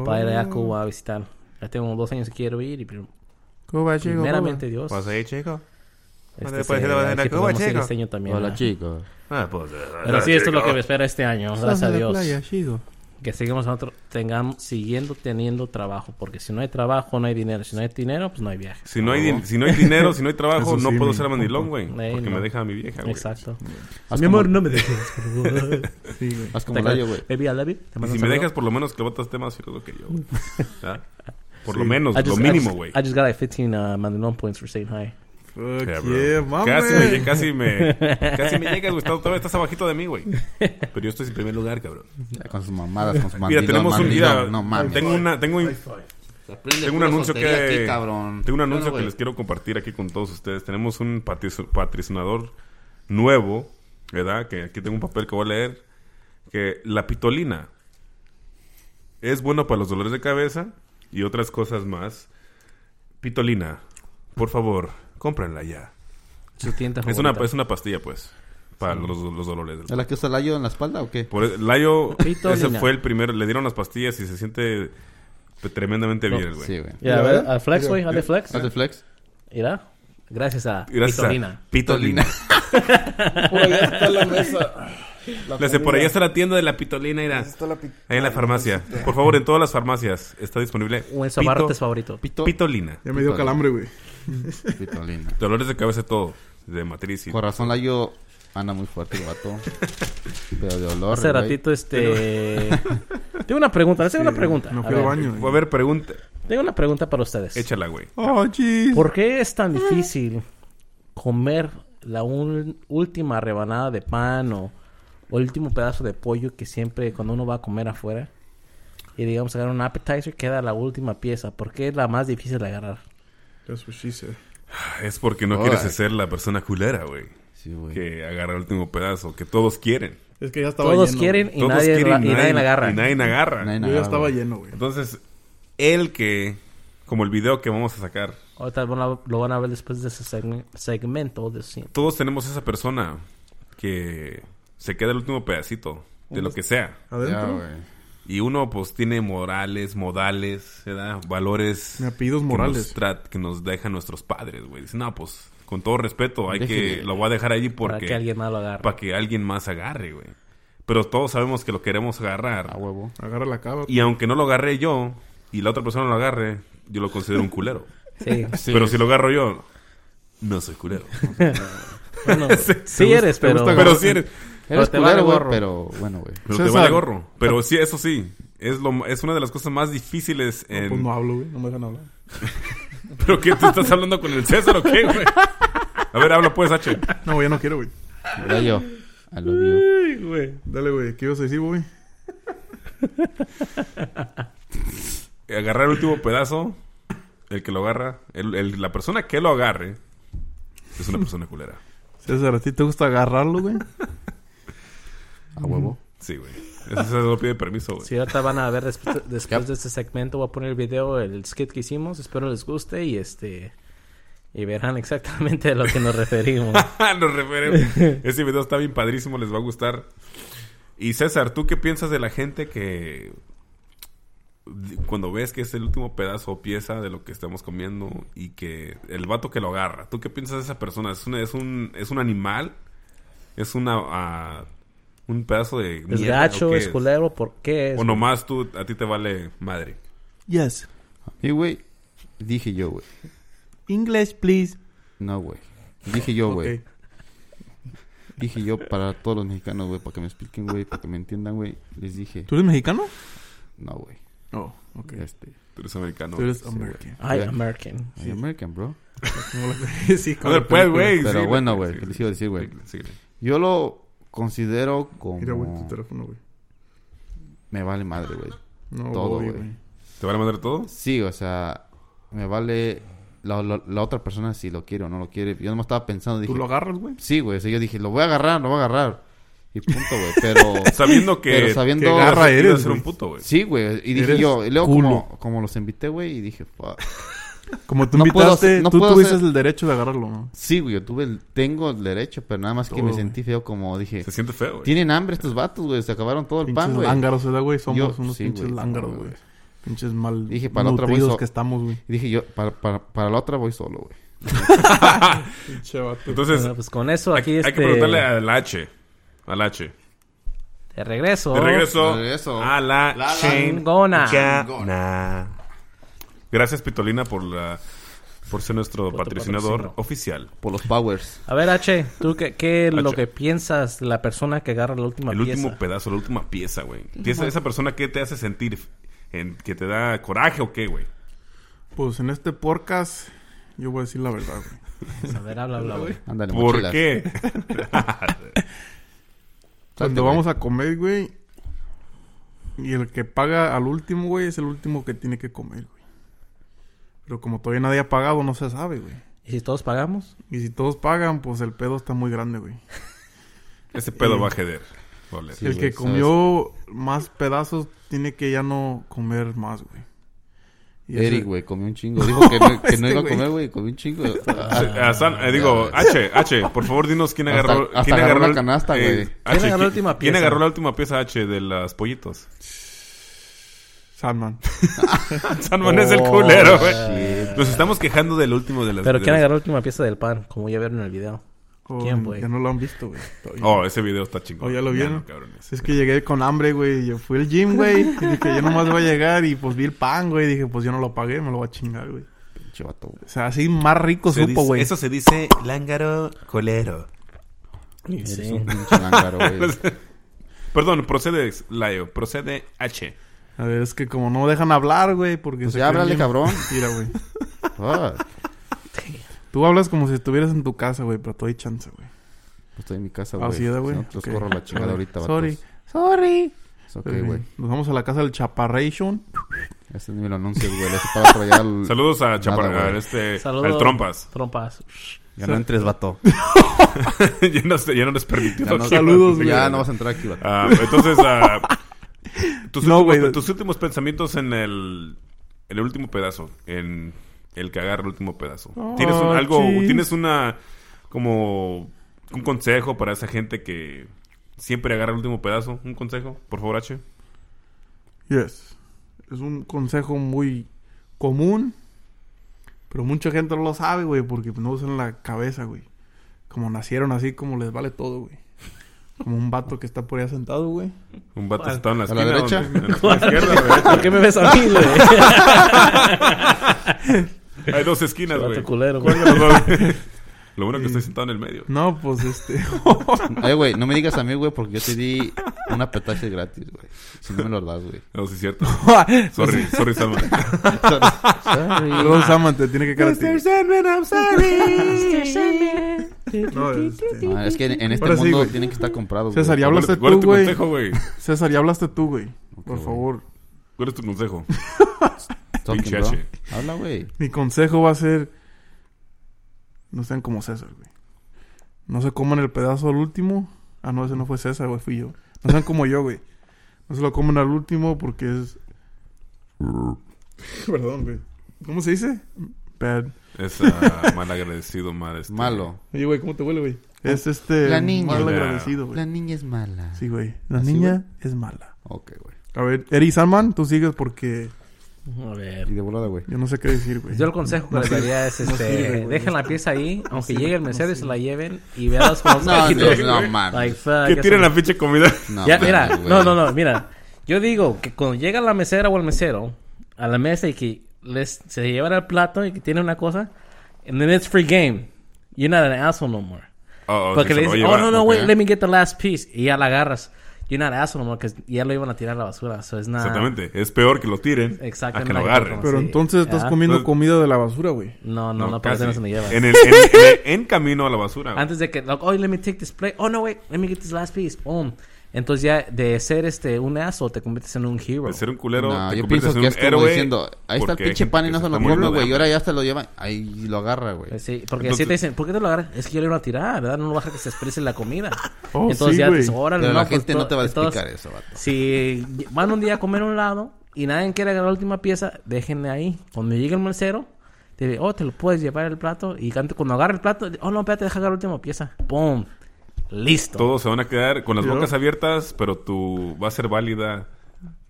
[SPEAKER 2] para ir a Cuba a visitar. Ya tengo dos años que quiero ir y prim-
[SPEAKER 5] Cuba, chico,
[SPEAKER 2] primeramente Dios.
[SPEAKER 1] Pasa Pues ahí, chico.
[SPEAKER 2] Este,
[SPEAKER 1] después
[SPEAKER 2] se-
[SPEAKER 1] de la- de
[SPEAKER 2] a ver
[SPEAKER 1] la
[SPEAKER 2] si
[SPEAKER 1] Cuba,
[SPEAKER 2] podemos ir
[SPEAKER 1] chico.
[SPEAKER 2] este año también.
[SPEAKER 3] Hola,
[SPEAKER 2] ¿no?
[SPEAKER 3] chicos.
[SPEAKER 1] Ah, pues.
[SPEAKER 2] Pero sí, esto es lo que me espera este año, gracias a Dios.
[SPEAKER 5] chico.
[SPEAKER 2] que sigamos nosotros tengamos siguiendo teniendo trabajo porque si no hay trabajo no hay dinero si no hay dinero pues no hay viajes
[SPEAKER 1] Si no, hay, din- si no hay dinero, si no hay trabajo,
[SPEAKER 5] Eso
[SPEAKER 1] no
[SPEAKER 5] sí,
[SPEAKER 1] puedo
[SPEAKER 5] mi
[SPEAKER 1] ser mandilón,
[SPEAKER 5] compa.
[SPEAKER 1] güey.
[SPEAKER 2] Ey,
[SPEAKER 1] Porque
[SPEAKER 2] no.
[SPEAKER 1] me deja a mi vieja, güey.
[SPEAKER 2] exacto
[SPEAKER 3] Haz como-
[SPEAKER 2] no me [laughs] dejes por favor
[SPEAKER 5] Sí, güey.
[SPEAKER 3] Haz como Layo, güey.
[SPEAKER 2] baby I love you. Te
[SPEAKER 1] Y
[SPEAKER 2] mando
[SPEAKER 1] si
[SPEAKER 2] un
[SPEAKER 1] me
[SPEAKER 2] saludo.
[SPEAKER 1] dejas, por lo menos que botas esté más filoso que
[SPEAKER 3] [laughs]
[SPEAKER 1] yo, güey. ¿Ah? Por lo
[SPEAKER 5] Sí.
[SPEAKER 1] menos,
[SPEAKER 2] I just-
[SPEAKER 1] lo
[SPEAKER 2] I just-
[SPEAKER 1] mínimo, güey.
[SPEAKER 2] I just got like 15 uh, Mandalorian points for saying hi
[SPEAKER 5] Fuck
[SPEAKER 1] Yeah,
[SPEAKER 5] yeah,
[SPEAKER 1] bro.
[SPEAKER 5] mame.
[SPEAKER 1] Casi me, casi me,
[SPEAKER 3] [laughs]
[SPEAKER 1] casi me llegas, güey. Estás- Todavía estás abajito de mí, güey. Pero yo estoy en primer lugar, cabrón.
[SPEAKER 3] Ya con sus mamadas, con sus
[SPEAKER 1] Mira,
[SPEAKER 3] mandilón,
[SPEAKER 1] tenemos un...
[SPEAKER 3] mandilón,
[SPEAKER 1] mira,
[SPEAKER 3] no mames.
[SPEAKER 1] Tengo, una, tengo, un-
[SPEAKER 3] Aprende
[SPEAKER 1] tengo un
[SPEAKER 3] pura
[SPEAKER 1] anuncio que...
[SPEAKER 3] soltería aquí, cabrón.
[SPEAKER 1] Tengo un
[SPEAKER 3] Bueno,
[SPEAKER 1] anuncio que
[SPEAKER 3] güey.
[SPEAKER 1] les quiero compartir aquí con todos ustedes. Tenemos un patizo- patrocinador nuevo, ¿verdad? Que aquí tengo un papel que voy a leer. Que la pitolina es bueno para los dolores de cabeza y otras cosas más. Pitolina, por favor, cómprenla ya.
[SPEAKER 2] Su tienda
[SPEAKER 1] Es una,
[SPEAKER 2] favorita.
[SPEAKER 1] es una pastilla, pues, para los, los dolores.
[SPEAKER 3] ¿Es la que usa Layo en la espalda o qué?
[SPEAKER 1] Por el- Layo, ese
[SPEAKER 2] Pitolina.
[SPEAKER 1] fue el primero. Le dieron las pastillas y se siente tremendamente bien, güey.
[SPEAKER 3] Sí, güey.
[SPEAKER 2] Ya, a ver, al uh, flex, güey, al flex.
[SPEAKER 3] ¿Hace flex?
[SPEAKER 2] Mira, gracias a
[SPEAKER 1] Gracias
[SPEAKER 2] Vitolina.
[SPEAKER 1] a Pitolina.
[SPEAKER 4] Por allá está la mesa. La
[SPEAKER 1] Le hace, por allá está la tienda de la Pitolina, irá.
[SPEAKER 4] está la Ah, este. pi-
[SPEAKER 1] Ahí en la farmacia. Por favor, en todas las farmacias está disponible
[SPEAKER 2] O en
[SPEAKER 1] Pito-
[SPEAKER 2] Zabarrotes favorito.
[SPEAKER 3] Pito.
[SPEAKER 1] Pitolina.
[SPEAKER 5] Ya me dio calambre, güey.
[SPEAKER 3] Pitolina.
[SPEAKER 1] Dolores de cabeza todo. De matriz y...
[SPEAKER 3] Con razón Layo anda muy fuerte
[SPEAKER 1] [laughs]
[SPEAKER 3] el vato. Pero de olor,
[SPEAKER 2] Hace
[SPEAKER 3] güey.
[SPEAKER 2] ratito, este... [laughs] Tengo una pregunta, les tengo una pregunta.
[SPEAKER 5] No
[SPEAKER 2] A
[SPEAKER 5] fui al
[SPEAKER 2] ver,
[SPEAKER 5] baño.
[SPEAKER 1] Fue,
[SPEAKER 5] güey.
[SPEAKER 1] A ver, pregunta.
[SPEAKER 2] Tengo una pregunta para ustedes.
[SPEAKER 1] Échala, güey.
[SPEAKER 5] Oh, jeez.
[SPEAKER 2] ¿Por qué es tan difícil comer la un- última rebanada de pan o, o el último pedazo de pollo que siempre cuando uno va a comer afuera y digamos agarrar un appetizer queda la última pieza? ¿Por qué es la más difícil de agarrar?
[SPEAKER 5] That's what she said.
[SPEAKER 1] Es porque no
[SPEAKER 3] Ay.
[SPEAKER 1] quieres ser la persona culera, güey.
[SPEAKER 3] Sí, güey.
[SPEAKER 1] Que agarra el último pedazo. Que todos quieren.
[SPEAKER 5] Es que ya estaba
[SPEAKER 2] Todos
[SPEAKER 5] lleno.
[SPEAKER 2] quieren y
[SPEAKER 1] todos
[SPEAKER 2] nadie,
[SPEAKER 1] quieren
[SPEAKER 2] la, y nadie la agarra.
[SPEAKER 1] Y nadie la agarra.
[SPEAKER 3] Nadie
[SPEAKER 5] güey. Yo ya estaba lleno, güey.
[SPEAKER 1] Entonces, el que... Como el video que vamos a sacar.
[SPEAKER 2] Ahorita van a- lo van a ver después de ese segne- segmento. De cien.
[SPEAKER 1] Todos tenemos esa persona que se queda el último pedacito. De lo que sea.
[SPEAKER 3] Ya,
[SPEAKER 5] Adentro.
[SPEAKER 3] güey.
[SPEAKER 1] Y uno, pues, tiene morales, modales, ¿verdad? Valores.
[SPEAKER 5] Me apellidos
[SPEAKER 1] que
[SPEAKER 5] morales.
[SPEAKER 1] nos tra- Que nos, dejan nuros padres, güey. Dicen, no, pues, con todo respeto, hay que...
[SPEAKER 3] Déjele.
[SPEAKER 1] Lo voy a dejar allí
[SPEAKER 2] Para
[SPEAKER 1] porque...
[SPEAKER 2] que alguien más lo agarre.
[SPEAKER 1] para que alguien más agarre, güey. Pero todos sabemos que lo queremos
[SPEAKER 2] Ah,
[SPEAKER 1] agarrar.
[SPEAKER 3] A huevo.
[SPEAKER 5] Agarra la cava.
[SPEAKER 1] Y aunque no lo agarré yo, y la otra persona lo agarre, yo lo considero un culero.
[SPEAKER 2] [laughs]
[SPEAKER 1] [laughs]
[SPEAKER 2] Sí.
[SPEAKER 1] Pero si lo agarro yo, no soy
[SPEAKER 2] [laughs]
[SPEAKER 1] culero.
[SPEAKER 2] Bueno,
[SPEAKER 1] Te
[SPEAKER 2] sí
[SPEAKER 1] gusta-
[SPEAKER 2] eres,
[SPEAKER 1] te
[SPEAKER 2] pero...
[SPEAKER 1] gusta agarrar- Pero sí eres...
[SPEAKER 3] Eres
[SPEAKER 2] te vale
[SPEAKER 3] culero, güey,
[SPEAKER 2] gorro.
[SPEAKER 3] pero bueno, güey.
[SPEAKER 1] Pero te
[SPEAKER 5] César.
[SPEAKER 1] vale gorro. Pero sí, eso sí. Es, lo, es una de las cosas más difíciles en...
[SPEAKER 5] Pues no hablo, güey. No me dejan hablar.
[SPEAKER 1] ¿Pero qué? ¿Te estás hablando con el César o qué, güey? A ver, habla pues, H.
[SPEAKER 5] No, güey, ya no quiero, güey.
[SPEAKER 3] Layo. I love you.
[SPEAKER 5] Ay, güey. Dale, güey. ¿Qué ibas a decir, güey?
[SPEAKER 1] Agarrar el último pedazo, el que lo agarra, el- el- la persona que lo agarre, es una persona culera.
[SPEAKER 5] César, ¿a ti te gusta agarrarlo, güey?
[SPEAKER 3] A huevo.
[SPEAKER 1] Sí, güey. Eso se lo pide permiso, güey.
[SPEAKER 2] Si ahorita van a
[SPEAKER 1] [laughs]
[SPEAKER 2] ver después, después de este segmento, voy a poner el video, el skit que hicimos. Espero les guste y este. Y verán exactamente a lo que nos referimos.
[SPEAKER 1] [laughs] Ah, Nos
[SPEAKER 2] [laughs]
[SPEAKER 1] referimos. Ese video está bien padrísimo, les va a gustar. Y César, ¿tú qué piensas de la gente que di- cuando ves que es el último pedazo o pieza de lo que estamos comiendo y que el vato que lo agarra, ¿tú qué piensas de esa persona? ¿Es un, es un, es un animal? ¿Es una ah, un pedazo de
[SPEAKER 2] Es
[SPEAKER 1] mierda, o
[SPEAKER 2] gacho,
[SPEAKER 1] qué
[SPEAKER 2] es culero, ¿por qué? Es?
[SPEAKER 1] O nomás tú, a ti te vale madre.
[SPEAKER 5] Yes.
[SPEAKER 3] Y, güey, dije yo, güey.
[SPEAKER 5] English, please.
[SPEAKER 3] No, güey. Dije yo, güey.
[SPEAKER 5] Ok.
[SPEAKER 3] Dije yo para todos los mexicanos, güey, para que me expliquen, güey, para que me entiendan, güey. Les dije,
[SPEAKER 5] ¿Tú eres mexicano?
[SPEAKER 3] no, güey.
[SPEAKER 5] Oh, ok.
[SPEAKER 3] Este,
[SPEAKER 1] Tú eres americano.
[SPEAKER 5] Tú eres
[SPEAKER 3] güey.
[SPEAKER 5] American.
[SPEAKER 2] I am American.
[SPEAKER 3] I'm American, bro.
[SPEAKER 5] [laughs] sí,
[SPEAKER 1] A ver, pues, güey.
[SPEAKER 3] Pero
[SPEAKER 1] sí,
[SPEAKER 3] bueno,
[SPEAKER 1] sí,
[SPEAKER 3] güey,
[SPEAKER 1] sí,
[SPEAKER 3] ¿qué les
[SPEAKER 1] sí,
[SPEAKER 3] iba a decir, güey?
[SPEAKER 1] sí, sí.
[SPEAKER 3] Yo lo considero
[SPEAKER 5] Mira, güey, tu
[SPEAKER 3] como...
[SPEAKER 5] teléfono, güey.
[SPEAKER 3] Me vale madre, güey.
[SPEAKER 5] No,
[SPEAKER 3] Todo,
[SPEAKER 5] body,
[SPEAKER 3] güey.
[SPEAKER 1] ¿Te van a mandar todo?
[SPEAKER 3] Sí, o sea, me vale la, la- la otra persona si lo quiere o no lo quiere. Yo no me estaba pensando, dije...
[SPEAKER 5] ¿Tú lo agarras, güey?
[SPEAKER 3] Sí, güey, o sea, yo dije, lo voy a agarrar, lo voy a agarrar. Y punto, güey,
[SPEAKER 5] [laughs]
[SPEAKER 3] pero...
[SPEAKER 1] Sabiendo que...
[SPEAKER 3] Pero sabiendo-
[SPEAKER 1] que
[SPEAKER 5] Garra
[SPEAKER 1] ibas a
[SPEAKER 5] eres,
[SPEAKER 1] ser un
[SPEAKER 5] güey.
[SPEAKER 1] puto, güey.
[SPEAKER 3] Sí, güey, y dije
[SPEAKER 5] pues. Eres
[SPEAKER 3] yo, y luego
[SPEAKER 5] culo.
[SPEAKER 3] como, como los invité, güey, y dije, fuck.
[SPEAKER 5] Como tú
[SPEAKER 3] No puedo
[SPEAKER 5] invitaste,
[SPEAKER 3] hacer- no
[SPEAKER 5] tú
[SPEAKER 3] puedo
[SPEAKER 5] tuviste
[SPEAKER 3] hacer-
[SPEAKER 5] el derecho de agarrarlo, ¿no?
[SPEAKER 3] Sí, güey, yo tuve el, tengo el derecho, pero nada más que
[SPEAKER 5] Todo,
[SPEAKER 3] me
[SPEAKER 5] güey.
[SPEAKER 3] sentí feo como dije,
[SPEAKER 1] Se siente feo, [laughs] güey.
[SPEAKER 3] tienen hambre estos vatos, güey, se acabaron todo el
[SPEAKER 5] Pinches
[SPEAKER 3] pan, güey.
[SPEAKER 5] lángaros, ¿verdad, güey? Somos
[SPEAKER 3] Yo-
[SPEAKER 5] unos
[SPEAKER 3] sí,
[SPEAKER 5] pinches
[SPEAKER 3] güey,
[SPEAKER 5] lángaros, güey.
[SPEAKER 3] güey.
[SPEAKER 5] Pinches mal
[SPEAKER 3] Dije, para la otra
[SPEAKER 5] nutridos
[SPEAKER 3] voy so-
[SPEAKER 5] que estamos, güey.
[SPEAKER 3] Y dije yo, para, para, para la otra voy solo, güey.
[SPEAKER 5] Pinche vato.
[SPEAKER 1] Entonces,
[SPEAKER 2] Bueno, pues con eso
[SPEAKER 1] hay,
[SPEAKER 2] aquí
[SPEAKER 1] hay
[SPEAKER 2] este,
[SPEAKER 1] que preguntarle al H. Al H.
[SPEAKER 2] De regreso.
[SPEAKER 1] De regreso,
[SPEAKER 3] Oh, de regreso.
[SPEAKER 1] a la,
[SPEAKER 3] La
[SPEAKER 2] chingona.
[SPEAKER 1] chingona. Gracias, Pitolina, por la... Por ser nuestro
[SPEAKER 2] Por tu
[SPEAKER 1] patrocinador
[SPEAKER 2] patrocinio.
[SPEAKER 1] oficial.
[SPEAKER 3] Por los powers.
[SPEAKER 2] A ver, H, ¿tú qué, qué es lo
[SPEAKER 1] H.
[SPEAKER 2] que piensas de la persona que agarra la última
[SPEAKER 1] el
[SPEAKER 2] pieza?
[SPEAKER 1] último pedazo, la última pieza, güey. ¿Y Esa, esa persona qué te hace sentir? ¿En- ¿Que te da coraje o qué, güey?
[SPEAKER 5] Pues en este podcast Yo voy a decir la verdad, güey.
[SPEAKER 2] A ver, habla,
[SPEAKER 1] [laughs]
[SPEAKER 2] habla, güey.
[SPEAKER 3] Ándale,
[SPEAKER 1] ¿Por
[SPEAKER 3] mochilas.
[SPEAKER 1] qué? [laughs]
[SPEAKER 5] Cuando
[SPEAKER 3] güey.
[SPEAKER 5] vamos a comer, güey. Y el que paga al último, güey, es el último que tiene que comer, güey. Pero como todavía nadie ha pagado, no se sabe, güey.
[SPEAKER 2] ¿Y si todos pagamos?
[SPEAKER 5] Y si todos pagan, pues el pedo está muy grande, güey.
[SPEAKER 1] Ese pedo va a jeder. Ole.
[SPEAKER 3] Sí,
[SPEAKER 5] el
[SPEAKER 3] güey,
[SPEAKER 5] que
[SPEAKER 3] ¿sabes?
[SPEAKER 5] comió más pedazos tiene que ya no comer más, güey. Y ese-
[SPEAKER 3] Eric, güey, comió un
[SPEAKER 5] [laughs]
[SPEAKER 3] chingo. Dijo que no, que no
[SPEAKER 5] este
[SPEAKER 3] iba a
[SPEAKER 5] güey.
[SPEAKER 3] comer, güey, comió un
[SPEAKER 5] [laughs]
[SPEAKER 3] chingo.
[SPEAKER 1] Sí,
[SPEAKER 3] Ah,
[SPEAKER 1] Hassan, eh, digo, H, H, por favor dinos quién
[SPEAKER 3] Hasta-
[SPEAKER 1] agarró...
[SPEAKER 3] hasta
[SPEAKER 1] quién
[SPEAKER 3] agarró la
[SPEAKER 1] el-
[SPEAKER 3] canasta, güey.
[SPEAKER 1] eh, H,
[SPEAKER 2] agarró la
[SPEAKER 1] ¿quién-
[SPEAKER 2] última
[SPEAKER 1] ¿Quién
[SPEAKER 2] pieza?
[SPEAKER 1] agarró la última pieza H de las pollitos? [laughs]
[SPEAKER 3] [laughs]
[SPEAKER 5] Sandman.
[SPEAKER 1] Sandman es el
[SPEAKER 2] Oh,
[SPEAKER 1] culero, güey. Nos estamos quejando del último de las...
[SPEAKER 2] Pero
[SPEAKER 1] de
[SPEAKER 2] ¿quién
[SPEAKER 1] las-
[SPEAKER 2] agarró la última pieza del pan? Como ya vieron en el video.
[SPEAKER 5] Oh,
[SPEAKER 2] ¿Quién, güey?
[SPEAKER 5] Ya no lo han visto, güey. todavía.
[SPEAKER 1] Oh, ese video está chingón.
[SPEAKER 5] Oh, ¿ya lo vieron?
[SPEAKER 1] no, cabrones.
[SPEAKER 5] Es que llegué con hambre, güey. Yo fui al gym, güey. Y dije, yo nomás voy a llegar. Y pues vi el pan, güey. Dije, pues yo no lo pagué, me lo voy a chingar, güey.
[SPEAKER 3] pinche vato, güey.
[SPEAKER 5] O sea, así más rico
[SPEAKER 1] Se
[SPEAKER 5] supo,
[SPEAKER 1] dice-
[SPEAKER 5] güey.
[SPEAKER 1] Eso se dice lángaro colero.
[SPEAKER 2] Sí.
[SPEAKER 3] Pinche lángaro,
[SPEAKER 5] [laughs]
[SPEAKER 3] güey.
[SPEAKER 1] Perdón, procede, Layo, procede H.
[SPEAKER 5] A ver, es que como no dejan hablar, güey, porque...
[SPEAKER 3] Pues
[SPEAKER 5] se
[SPEAKER 3] ya
[SPEAKER 5] creen
[SPEAKER 3] háblale,
[SPEAKER 5] bien-
[SPEAKER 3] cabrón.
[SPEAKER 5] [laughs] Mira, güey.
[SPEAKER 3] Ah,
[SPEAKER 5] Tú hablas como si estuvieras en tu casa, güey, pero te doy chance, güey.
[SPEAKER 3] estoy en mi casa, güey.
[SPEAKER 5] Ah, sí, da, güey.
[SPEAKER 3] Si no, te los
[SPEAKER 5] Ok. [laughs]
[SPEAKER 3] corro la chingada ahorita, vatos.
[SPEAKER 5] Sorry. Sorry.
[SPEAKER 3] Es ok,
[SPEAKER 5] Pero sí,
[SPEAKER 3] güey.
[SPEAKER 5] Nos vamos a la casa del Chaparration.
[SPEAKER 3] Este ni me lo anuncias, güey. Le estaba para allá
[SPEAKER 5] [laughs]
[SPEAKER 3] al...
[SPEAKER 1] Saludos a Chaparra,
[SPEAKER 3] Nada, güey.
[SPEAKER 1] a este,
[SPEAKER 2] Saludos.
[SPEAKER 1] al Trompas. [laughs]
[SPEAKER 2] Trompas.
[SPEAKER 3] Ya no entres, vato.
[SPEAKER 1] ya, no, se- ya no les permitió.
[SPEAKER 3] Ya no,
[SPEAKER 5] Saludos, güey.
[SPEAKER 3] Ya no vas a entrar aquí, [laughs] vato.
[SPEAKER 1] Ah, entonces, ah,
[SPEAKER 5] [laughs]
[SPEAKER 1] tus,
[SPEAKER 5] No,
[SPEAKER 1] últimos,
[SPEAKER 5] güey.
[SPEAKER 1] tus últimos pensamientos en el, en el último pedazo. En el que agarra el último pedazo. ¿Tienes un-
[SPEAKER 5] Ah,
[SPEAKER 1] algo,
[SPEAKER 5] sí.
[SPEAKER 1] tienes una, como, un consejo para esa gente que siempre agarra el último pedazo? ¿Un consejo? Por favor, H.
[SPEAKER 5] Yes. Es un consejo muy común, pero mucha gente no lo sabe, güey, porque no usan la cabeza, güey. Como nacieron así, como les vale todo, güey. Como un vato que está por allá sentado, güey.
[SPEAKER 1] Un vato sentado en la
[SPEAKER 3] ¿A la
[SPEAKER 1] esquina.
[SPEAKER 3] derecha?
[SPEAKER 1] donde- en la izquierda, güey.
[SPEAKER 2] [laughs] ¿Por qué me ves a mí, güey?
[SPEAKER 1] Hay dos esquinas, güey.
[SPEAKER 2] Vato culero, güey.
[SPEAKER 5] [laughs]
[SPEAKER 1] Lo bueno que estoy sentado en el medio.
[SPEAKER 5] No, pues este. [laughs]
[SPEAKER 3] Ay, güey, no me digas a mí, güey, porque yo te di una petache gratis, güey. Si no me lo das, güey.
[SPEAKER 1] No, sí es
[SPEAKER 5] [laughs]
[SPEAKER 1] cierto. Sorry, sorry, Salma.
[SPEAKER 5] Luego Saman te tiene que quedar. a ti. No, este...
[SPEAKER 3] Ah, es que en, en este
[SPEAKER 5] Ahora sí,
[SPEAKER 3] mundo
[SPEAKER 5] güey.
[SPEAKER 3] tienen que estar comprados,
[SPEAKER 5] César, ya
[SPEAKER 3] güey.
[SPEAKER 5] habla- hablaste
[SPEAKER 1] ¿Cuál es
[SPEAKER 5] tú,
[SPEAKER 1] tu
[SPEAKER 5] güey.
[SPEAKER 1] consejo, güey?
[SPEAKER 5] César, ya hablaste tú, güey. Por
[SPEAKER 3] güey.
[SPEAKER 5] favor.
[SPEAKER 1] ¿Cuál es tu consejo?
[SPEAKER 3] Talking,
[SPEAKER 1] pinche
[SPEAKER 3] bro.
[SPEAKER 1] H.
[SPEAKER 3] Habla, güey.
[SPEAKER 5] Mi consejo va a ser. No sean como César, güey. No se coman el pedazo al último. Ah, no, ese no fue César, güey, fui yo. No sean como yo, güey. No se lo coman al último porque es. [laughs] Perdón, güey. ¿Cómo se dice? Bad.
[SPEAKER 1] Es ah, malagradecido, mal este.
[SPEAKER 3] Malo.
[SPEAKER 5] Oye, güey, ¿cómo te huele, güey? Es este.
[SPEAKER 3] La niña.
[SPEAKER 5] Mal agradecido,
[SPEAKER 3] La
[SPEAKER 5] güey.
[SPEAKER 3] niña es mala.
[SPEAKER 5] Ah, Sí, güey. La
[SPEAKER 3] ¿Así,
[SPEAKER 5] niña es mala.
[SPEAKER 3] Ok, güey.
[SPEAKER 5] A ver, Eri Salman, tú sigues porque
[SPEAKER 2] A ver.
[SPEAKER 3] Y de volada, güey.
[SPEAKER 5] yo no sé qué decir, güey.
[SPEAKER 2] Yo el consejo que les daría es, este,
[SPEAKER 5] sirve, güey.
[SPEAKER 2] dejen la pieza ahí, aunque
[SPEAKER 5] sirve,
[SPEAKER 2] llegue el
[SPEAKER 5] no
[SPEAKER 2] mesero y
[SPEAKER 5] sirve.
[SPEAKER 2] se la lleven y vean las cosas.
[SPEAKER 3] No,
[SPEAKER 2] aquí,
[SPEAKER 3] no,
[SPEAKER 2] güey.
[SPEAKER 3] no, man.
[SPEAKER 2] Like, fuck,
[SPEAKER 1] Que
[SPEAKER 2] Ah, ya
[SPEAKER 1] tiren
[SPEAKER 2] se-
[SPEAKER 1] la pinche comida.
[SPEAKER 3] No,
[SPEAKER 2] Ya,
[SPEAKER 3] mames,
[SPEAKER 2] mira,
[SPEAKER 3] güey.
[SPEAKER 2] no, no, no, mira. Yo digo que cuando llega la mesera o el mesero a la mesa y que les, se llevan el plato y que tiene una cosa, and then it's free game. You're not an asshole no more.
[SPEAKER 1] [laughs] Oh,
[SPEAKER 2] Porque
[SPEAKER 1] se
[SPEAKER 2] le
[SPEAKER 1] lo va a
[SPEAKER 2] dicen, oh,
[SPEAKER 1] llevar.
[SPEAKER 2] no, no,
[SPEAKER 3] ok.
[SPEAKER 2] wait, let me get the last piece. Y ya la agarras. You're not an asshole no more, que ya lo iban a tirar a la basura. So it's not...
[SPEAKER 1] Exactamente. Es peor que lo tiren a
[SPEAKER 2] Ah. Exactamente.
[SPEAKER 1] que lo agarren.
[SPEAKER 5] Pero
[SPEAKER 2] Sí.
[SPEAKER 5] entonces
[SPEAKER 3] Ah.
[SPEAKER 5] estás
[SPEAKER 2] Ajá.
[SPEAKER 5] comiendo
[SPEAKER 3] Pues-
[SPEAKER 1] Entonces-
[SPEAKER 5] comida de la basura, güey.
[SPEAKER 2] No, no, no, para
[SPEAKER 1] casi.
[SPEAKER 2] eso no se me lleva.
[SPEAKER 1] En, el, en, en- en camino a la basura. güey.
[SPEAKER 2] Antes de que, like, oh, let me take this plate. Oh, no, wait, let me get this last piece. Boom. Entonces ya de ser este un asshole te conviertes en un hero.
[SPEAKER 1] De ser un culero,
[SPEAKER 3] No,
[SPEAKER 1] te
[SPEAKER 3] yo
[SPEAKER 1] conviertes
[SPEAKER 3] pienso
[SPEAKER 1] en
[SPEAKER 3] que
[SPEAKER 1] un
[SPEAKER 3] es como
[SPEAKER 1] héroe
[SPEAKER 3] diciendo, ahí está el
[SPEAKER 1] porque hay
[SPEAKER 3] pinche pan y
[SPEAKER 1] gente
[SPEAKER 3] no
[SPEAKER 1] que
[SPEAKER 3] se lo
[SPEAKER 1] está muriendo
[SPEAKER 3] come,
[SPEAKER 1] de
[SPEAKER 3] güey. Y
[SPEAKER 1] hambre.
[SPEAKER 3] ahora ya hasta lo llevan, ahí lo agarra, güey.
[SPEAKER 2] Eh, Sí, porque así
[SPEAKER 1] Entonces-
[SPEAKER 2] te dicen, ¿por qué te lo agarras? Es que yo le iba a tirar, ¿verdad? No lo vas a que se exprese la comida.
[SPEAKER 5] Oh,
[SPEAKER 2] Entonces
[SPEAKER 5] sí,
[SPEAKER 2] ya
[SPEAKER 5] güey.
[SPEAKER 2] dices, órale,
[SPEAKER 3] Pero
[SPEAKER 2] no,
[SPEAKER 3] la
[SPEAKER 2] pues,
[SPEAKER 3] gente no te va a
[SPEAKER 2] to- entonces,
[SPEAKER 3] explicar eso, vato.
[SPEAKER 2] Si van un día a comer a un lado y nadie quiere agarrar la última pieza, déjenle ahí. Cuando llegue el mesero, te dice, oh, te lo puedes llevar el plato. Y cuando cuando agarra el plato, oh, no, espérate, deja agarrar la última pieza. ¡Pum! Listo.
[SPEAKER 1] Todos se van a quedar con las
[SPEAKER 5] Yo-
[SPEAKER 1] bocas abiertas, pero tu va a ser válida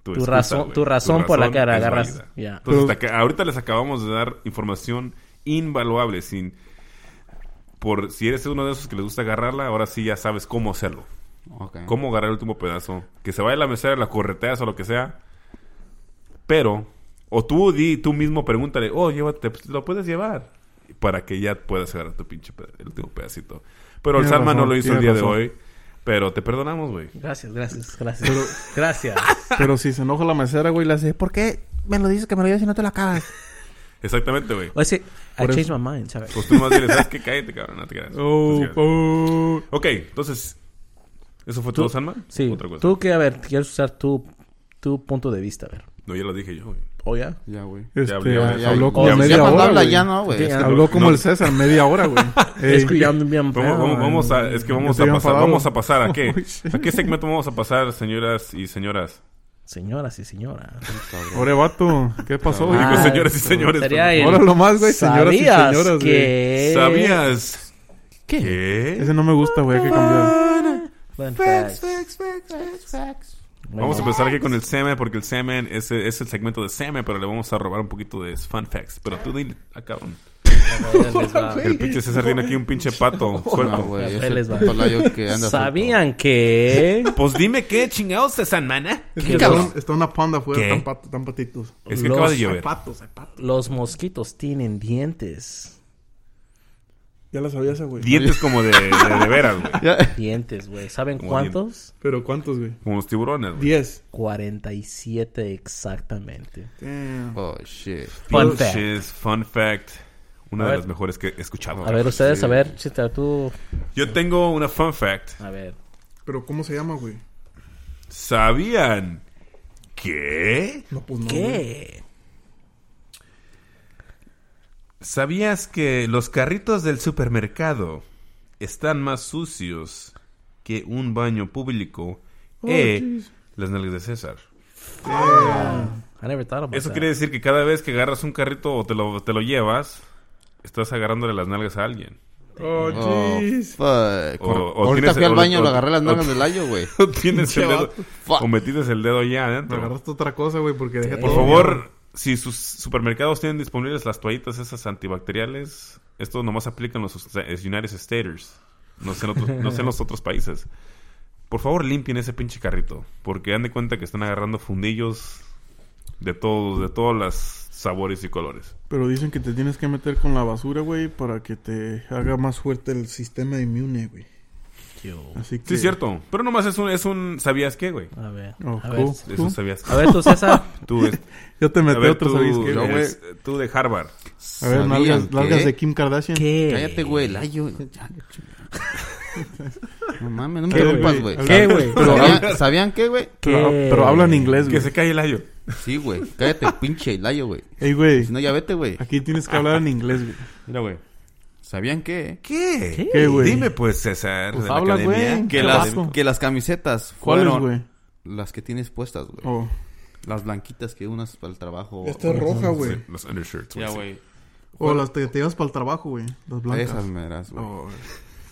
[SPEAKER 1] tu,
[SPEAKER 2] Tu
[SPEAKER 1] excusa,
[SPEAKER 2] razón-
[SPEAKER 1] güey.
[SPEAKER 2] tu razón por la que
[SPEAKER 1] es
[SPEAKER 2] agarras.
[SPEAKER 1] válida.
[SPEAKER 2] Ya.
[SPEAKER 1] Entonces,
[SPEAKER 5] Pero-
[SPEAKER 1] hasta que- ahorita les acabamos de dar información invaluable sin por si eres uno de esos que les gusta agarrarla, ahora sí ya sabes cómo hacerlo.
[SPEAKER 3] Ok.
[SPEAKER 1] Cómo agarrar el último pedazo, que se vaya a la mesera, la correteas o lo que sea. Pero o tú di tú mismo pregúntale, "Oh, llévate, pues, lo puedes llevar." Para que ya puedas agarrar tu pinche peda- el último pedacito. Pero el
[SPEAKER 5] Tienes
[SPEAKER 1] Salma no
[SPEAKER 5] razón,
[SPEAKER 1] lo hizo el
[SPEAKER 5] tienes
[SPEAKER 1] día
[SPEAKER 5] razón.
[SPEAKER 1] de hoy. Pero te perdonamos, güey.
[SPEAKER 2] Gracias, gracias, gracias. [laughs] Gracias.
[SPEAKER 5] Pero si se enoja la mesera, güey, le hace, ¿por qué me lo dices que me lo lleves y no te lo acabas?
[SPEAKER 1] Exactamente, güey.
[SPEAKER 2] O ese, I
[SPEAKER 5] Por
[SPEAKER 2] changed my mind, ¿sabes?
[SPEAKER 1] Pues tú más bien ¿sabes qué? Cállate, cabrón. No te creas. No
[SPEAKER 5] Oh,
[SPEAKER 1] te creas.
[SPEAKER 5] oh.
[SPEAKER 1] Ok, entonces. ¿Eso fue todo,
[SPEAKER 2] Tú-
[SPEAKER 1] Sanma?
[SPEAKER 2] Sí.
[SPEAKER 1] Otra cosa.
[SPEAKER 2] Tú que, a ver, quieres usar tu, tu punto de vista, a ver.
[SPEAKER 1] No, ya lo dije yo, güey.
[SPEAKER 2] ¿O ya?
[SPEAKER 3] Ya, güey.
[SPEAKER 5] Este,
[SPEAKER 1] ya,
[SPEAKER 5] ah,
[SPEAKER 1] ya,
[SPEAKER 5] habló
[SPEAKER 1] ya,
[SPEAKER 5] como
[SPEAKER 1] ya,
[SPEAKER 5] media
[SPEAKER 3] ya cuando
[SPEAKER 5] hora.
[SPEAKER 3] habla
[SPEAKER 5] güey.
[SPEAKER 3] ya no, güey.
[SPEAKER 2] Sí,
[SPEAKER 3] Es
[SPEAKER 2] ya.
[SPEAKER 3] que-
[SPEAKER 5] Habló como
[SPEAKER 1] No.
[SPEAKER 5] el César, media hora, güey. Ey.
[SPEAKER 2] Es que
[SPEAKER 1] [laughs]
[SPEAKER 2] ya me habían
[SPEAKER 1] Vamos, vamos,
[SPEAKER 2] pagado.
[SPEAKER 1] vamos a, es que vamos a
[SPEAKER 5] Ah, Estoy
[SPEAKER 1] pasar,
[SPEAKER 5] enfadado.
[SPEAKER 1] vamos a pasar a
[SPEAKER 5] [laughs]
[SPEAKER 1] qué,
[SPEAKER 5] Oh, shit.
[SPEAKER 1] a qué segmento vamos a pasar, señoras y señoras.
[SPEAKER 2] Señoras y señoras.
[SPEAKER 5] Ore, vato, ¿qué pasó?
[SPEAKER 1] Ah,
[SPEAKER 5] Digo,
[SPEAKER 1] señoras y señores,
[SPEAKER 2] Sería
[SPEAKER 1] perdón.
[SPEAKER 2] el-
[SPEAKER 5] Ahora lo más, güey, señoras y
[SPEAKER 2] ¿Sabías
[SPEAKER 5] señoras,
[SPEAKER 2] que...
[SPEAKER 1] ¿Sabías
[SPEAKER 2] ¿Qué?
[SPEAKER 1] que?
[SPEAKER 5] Ese no me gusta, güey, hay que cambiar.
[SPEAKER 2] Fun facts. Muy
[SPEAKER 1] Vamos a
[SPEAKER 2] bien.
[SPEAKER 1] empezar aquí con el semen porque el semen es, es el segmento de semen, pero le vamos a robar un poquito de fun facts. Pero tú dile, ah, cabrón.
[SPEAKER 5] [laughs]
[SPEAKER 1] El pinche César tiene aquí un pinche
[SPEAKER 2] [laughs]
[SPEAKER 1] pato
[SPEAKER 3] No,
[SPEAKER 1] suelto.
[SPEAKER 3] güey.
[SPEAKER 2] Ahí
[SPEAKER 3] Es el
[SPEAKER 2] les va.
[SPEAKER 3] palayo
[SPEAKER 2] [laughs]
[SPEAKER 3] que anda.
[SPEAKER 2] ¿Sabían que
[SPEAKER 5] [laughs]
[SPEAKER 1] Pues dime qué chingados, César Mana.
[SPEAKER 5] Es
[SPEAKER 2] ¿Qué
[SPEAKER 5] que está,
[SPEAKER 2] los-
[SPEAKER 5] un- está una panda afuera,
[SPEAKER 1] ¿Qué?
[SPEAKER 5] están, pat- están patitos.
[SPEAKER 1] Es que
[SPEAKER 2] Los-
[SPEAKER 1] acaba de
[SPEAKER 5] Hay
[SPEAKER 1] llover.
[SPEAKER 5] patos, hay patos.
[SPEAKER 2] los mosquitos tienen dientes?
[SPEAKER 5] Ya la sabía esa, güey.
[SPEAKER 1] Dientes como de, de, de veras, güey.
[SPEAKER 3] Ya,
[SPEAKER 2] Dientes, güey. ¿Saben
[SPEAKER 1] Como
[SPEAKER 2] cuántos?
[SPEAKER 5] Pero ¿cuántos, güey?
[SPEAKER 1] Como los tiburones, güey.
[SPEAKER 5] Diez.
[SPEAKER 2] 47 exactamente.
[SPEAKER 5] Damn.
[SPEAKER 3] Oh, shit.
[SPEAKER 2] Fun
[SPEAKER 1] Pinches
[SPEAKER 2] fact.
[SPEAKER 1] fun fact. Una
[SPEAKER 2] A
[SPEAKER 1] de
[SPEAKER 2] ver.
[SPEAKER 1] las mejores que he escuchado.
[SPEAKER 2] A ver, ustedes, a ver, chita, tú.
[SPEAKER 1] Yo tengo una fun fact.
[SPEAKER 2] A ver.
[SPEAKER 5] Pero ¿cómo se llama, güey?
[SPEAKER 1] ¿Sabían que?
[SPEAKER 5] No, pues no. güey.
[SPEAKER 2] ¿Qué?
[SPEAKER 1] ¿Sabías que los carritos del supermercado están más sucios que un baño público?
[SPEAKER 5] Oh,
[SPEAKER 1] eh,
[SPEAKER 5] jeez.
[SPEAKER 1] las nalgas de César.
[SPEAKER 2] I never thought about
[SPEAKER 1] Eso
[SPEAKER 2] that.
[SPEAKER 1] quiere decir que cada vez que agarras un carrito o te lo, te lo llevas, estás agarrándole las nalgas a alguien. [laughs]
[SPEAKER 5] Oh,
[SPEAKER 3] Oh,
[SPEAKER 5] jeez.
[SPEAKER 3] fuck.
[SPEAKER 1] O- o tienes-
[SPEAKER 3] Ahorita fui al
[SPEAKER 1] o-
[SPEAKER 3] baño,
[SPEAKER 1] o-
[SPEAKER 3] lo agarré las
[SPEAKER 1] o-
[SPEAKER 3] nalgas del ayo, [laughs] güey.
[SPEAKER 1] O tienes el dedo,
[SPEAKER 3] Fuck.
[SPEAKER 1] o metiste el dedo ya
[SPEAKER 5] Me
[SPEAKER 1] adentro.
[SPEAKER 5] agarraste otra cosa, güey, porque dejé
[SPEAKER 1] Por
[SPEAKER 5] todo.
[SPEAKER 1] favor, si sus supermercados tienen disponibles las toallitas esas antibacteriales, esto nomás aplica en los us- United States, no sé en, otros- no sé en los otros países. Por favor, limpien ese pinche carrito, porque dan de cuenta que están agarrando fundillos de todos, de todos los sabores y colores.
[SPEAKER 5] Pero dicen que te tienes que meter con la basura, güey, para que te haga más fuerte el sistema inmune, güey.
[SPEAKER 2] Yo.
[SPEAKER 5] Así que...
[SPEAKER 1] Sí, es cierto, pero nomás es un, es un ¿sabías qué, güey?
[SPEAKER 2] A ver.
[SPEAKER 5] Oh,
[SPEAKER 2] a, ver.
[SPEAKER 5] cool.
[SPEAKER 1] Es un ¿sabías qué?
[SPEAKER 2] a ver, tú,
[SPEAKER 3] [laughs]
[SPEAKER 2] César.
[SPEAKER 1] Tú, es-
[SPEAKER 5] Ya te
[SPEAKER 1] a
[SPEAKER 5] metí
[SPEAKER 1] ver,
[SPEAKER 5] otro,
[SPEAKER 1] tú,
[SPEAKER 5] ¿sabes qué?
[SPEAKER 1] no,
[SPEAKER 5] güey?
[SPEAKER 1] güey, tú de Harvard.
[SPEAKER 5] A ver,
[SPEAKER 3] ¿Sabían
[SPEAKER 5] nalgas,
[SPEAKER 3] qué?
[SPEAKER 5] nalgas de Kim Kardashian.
[SPEAKER 2] ¿Qué?
[SPEAKER 3] Cállate, güey, el ayo. [laughs] Ya, No mames, no me
[SPEAKER 5] ¿Qué,
[SPEAKER 3] preocupas,
[SPEAKER 5] güey?
[SPEAKER 3] güey.
[SPEAKER 5] ¿Qué,
[SPEAKER 2] güey?
[SPEAKER 3] Pero, ¿Sabían, ¿sabían qué, güey?
[SPEAKER 5] Pero,
[SPEAKER 2] ¿Qué?
[SPEAKER 5] pero hablan inglés,
[SPEAKER 1] Que
[SPEAKER 5] güey.
[SPEAKER 1] se cae el ayo.
[SPEAKER 3] Sí, güey. Cállate, pinche el ayo, güey.
[SPEAKER 5] Ey, güey,
[SPEAKER 3] Si no, ya vete, güey.
[SPEAKER 5] aquí tienes que hablar en inglés, güey.
[SPEAKER 1] Mira, güey.
[SPEAKER 3] ¿Sabían qué?
[SPEAKER 1] ¿Qué?
[SPEAKER 5] ¿Qué, güey?
[SPEAKER 1] Dime pues, César,
[SPEAKER 5] Pues
[SPEAKER 1] de la
[SPEAKER 5] habla,
[SPEAKER 1] academia,
[SPEAKER 5] güey.
[SPEAKER 1] que
[SPEAKER 5] Qué
[SPEAKER 1] las-
[SPEAKER 5] vato.
[SPEAKER 3] Que las camisetas
[SPEAKER 5] ¿Cuáles,
[SPEAKER 3] fueron
[SPEAKER 5] güey?
[SPEAKER 3] las que tienes puestas, güey.
[SPEAKER 5] Oh.
[SPEAKER 3] Las blanquitas que unas para el trabajo.
[SPEAKER 5] Esta es roja, güey.
[SPEAKER 1] Los undershirts.
[SPEAKER 3] Ya, güey.
[SPEAKER 5] O las que te llevas para el trabajo, güey. Las blancas.
[SPEAKER 3] Esas meras, güey.
[SPEAKER 5] Oh, güey.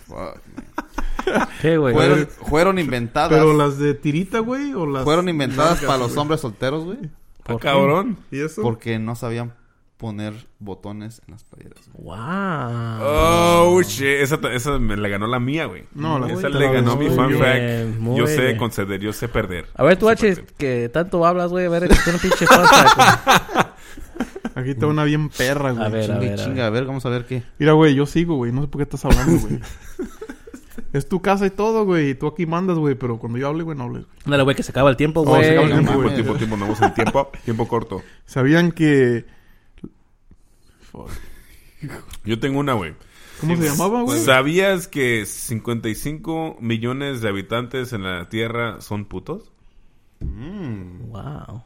[SPEAKER 3] Fuck, man.
[SPEAKER 2] ¿Qué, güey?
[SPEAKER 3] Fueron, fueron inventadas.
[SPEAKER 5] Pero las de tirita, güey, o las...
[SPEAKER 3] Fueron inventadas
[SPEAKER 5] largas,
[SPEAKER 3] para los
[SPEAKER 5] güey.
[SPEAKER 3] hombres solteros, güey.
[SPEAKER 1] Ah, cabrón.
[SPEAKER 5] ¿Y eso?
[SPEAKER 3] Porque no sabían poner botones en las playeras. güey.
[SPEAKER 2] Wow.
[SPEAKER 3] Ah.
[SPEAKER 5] Ah.
[SPEAKER 1] Oh, shit. Esa, ta- esa me la ganó la mía, güey.
[SPEAKER 5] No, la
[SPEAKER 1] Esa
[SPEAKER 5] tuya
[SPEAKER 1] le
[SPEAKER 5] la
[SPEAKER 1] ganó mi
[SPEAKER 5] ganó.
[SPEAKER 1] fun
[SPEAKER 2] Muy
[SPEAKER 1] fact.
[SPEAKER 2] bien, muy
[SPEAKER 1] Yo sé
[SPEAKER 2] bien.
[SPEAKER 1] conceder, yo sé perder.
[SPEAKER 5] Ah,
[SPEAKER 2] A ver, tú,
[SPEAKER 1] Yo sé
[SPEAKER 2] H,
[SPEAKER 1] perder.
[SPEAKER 2] que tanto hablas, güey. A ver, échate un pinche fun fact, güey.
[SPEAKER 5] Aquí está una bien perra, güey.
[SPEAKER 2] A ver,
[SPEAKER 3] Chinga
[SPEAKER 2] a
[SPEAKER 3] y
[SPEAKER 2] ver, a
[SPEAKER 3] chinga,
[SPEAKER 2] ver.
[SPEAKER 3] a ver, vamos a ver qué.
[SPEAKER 5] Mira, güey, yo sigo, güey. No sé por qué estás
[SPEAKER 1] [laughs]
[SPEAKER 5] hablando, güey. es tu casa y todo, güey. Y tú aquí mandas, güey. Pero cuando yo hable, güey, no hables. güey.
[SPEAKER 2] Dale, güey, que se acaba el tiempo,
[SPEAKER 5] Oh,
[SPEAKER 2] güey.
[SPEAKER 5] se acaba el
[SPEAKER 1] Tiempo,
[SPEAKER 5] No
[SPEAKER 1] tiempo,
[SPEAKER 5] mames.
[SPEAKER 1] tiempo, tiempo. Andamos en
[SPEAKER 5] [laughs]
[SPEAKER 1] tiempo. Tiempo corto.
[SPEAKER 5] ¿Sabían que... Fuck.
[SPEAKER 1] Yo tengo una, güey.
[SPEAKER 5] ¿Cómo se llamaba, Ah,
[SPEAKER 1] pues,
[SPEAKER 5] güey?
[SPEAKER 1] ¿Sabías que 55 millones de habitantes en la Tierra son putos?
[SPEAKER 2] wow.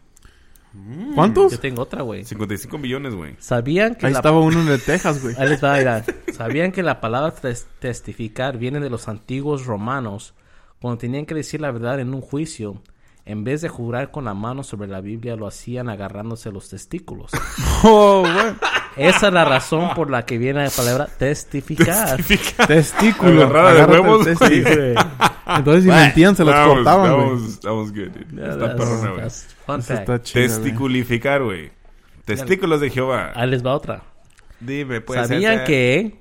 [SPEAKER 2] Yo
[SPEAKER 5] ¿Cuántos?
[SPEAKER 2] tengo otra, güey.
[SPEAKER 1] 55 millones, güey.
[SPEAKER 2] ¿Sabían que
[SPEAKER 5] Ahí
[SPEAKER 2] la...
[SPEAKER 5] estaba uno de
[SPEAKER 1] [laughs]
[SPEAKER 5] Texas, güey.
[SPEAKER 2] Ahí les va, mira. ¿Sabían que la palabra tes- testificar viene de los antiguos romanos cuando tenían que decir la verdad en un juicio? En vez de jurar con la mano sobre la Biblia, lo hacían agarrándose los testículos.
[SPEAKER 5] Oh, güey.
[SPEAKER 2] Esa es la razón por la que viene la palabra
[SPEAKER 3] [laughs]
[SPEAKER 2] testificar.
[SPEAKER 5] Testículo.
[SPEAKER 1] Agarrada de
[SPEAKER 5] Agárrate
[SPEAKER 1] huevos,
[SPEAKER 5] el
[SPEAKER 1] güey.
[SPEAKER 5] testículo. Entonces, si
[SPEAKER 3] Bueno,
[SPEAKER 5] mentían, se los
[SPEAKER 1] That was-
[SPEAKER 5] cortaban,
[SPEAKER 1] that
[SPEAKER 5] güey.
[SPEAKER 1] was- that was good, dude.
[SPEAKER 2] Yeah,
[SPEAKER 1] Está
[SPEAKER 2] that's-
[SPEAKER 1] perrona, güey.
[SPEAKER 2] that's fun
[SPEAKER 5] Eso
[SPEAKER 2] fact.
[SPEAKER 5] está chido, güey.
[SPEAKER 1] Testiculificar, güey. Testículos de Jehová.
[SPEAKER 2] Ahí les va otra.
[SPEAKER 1] Dime, pues.
[SPEAKER 2] ¿Sabían
[SPEAKER 1] César.
[SPEAKER 2] que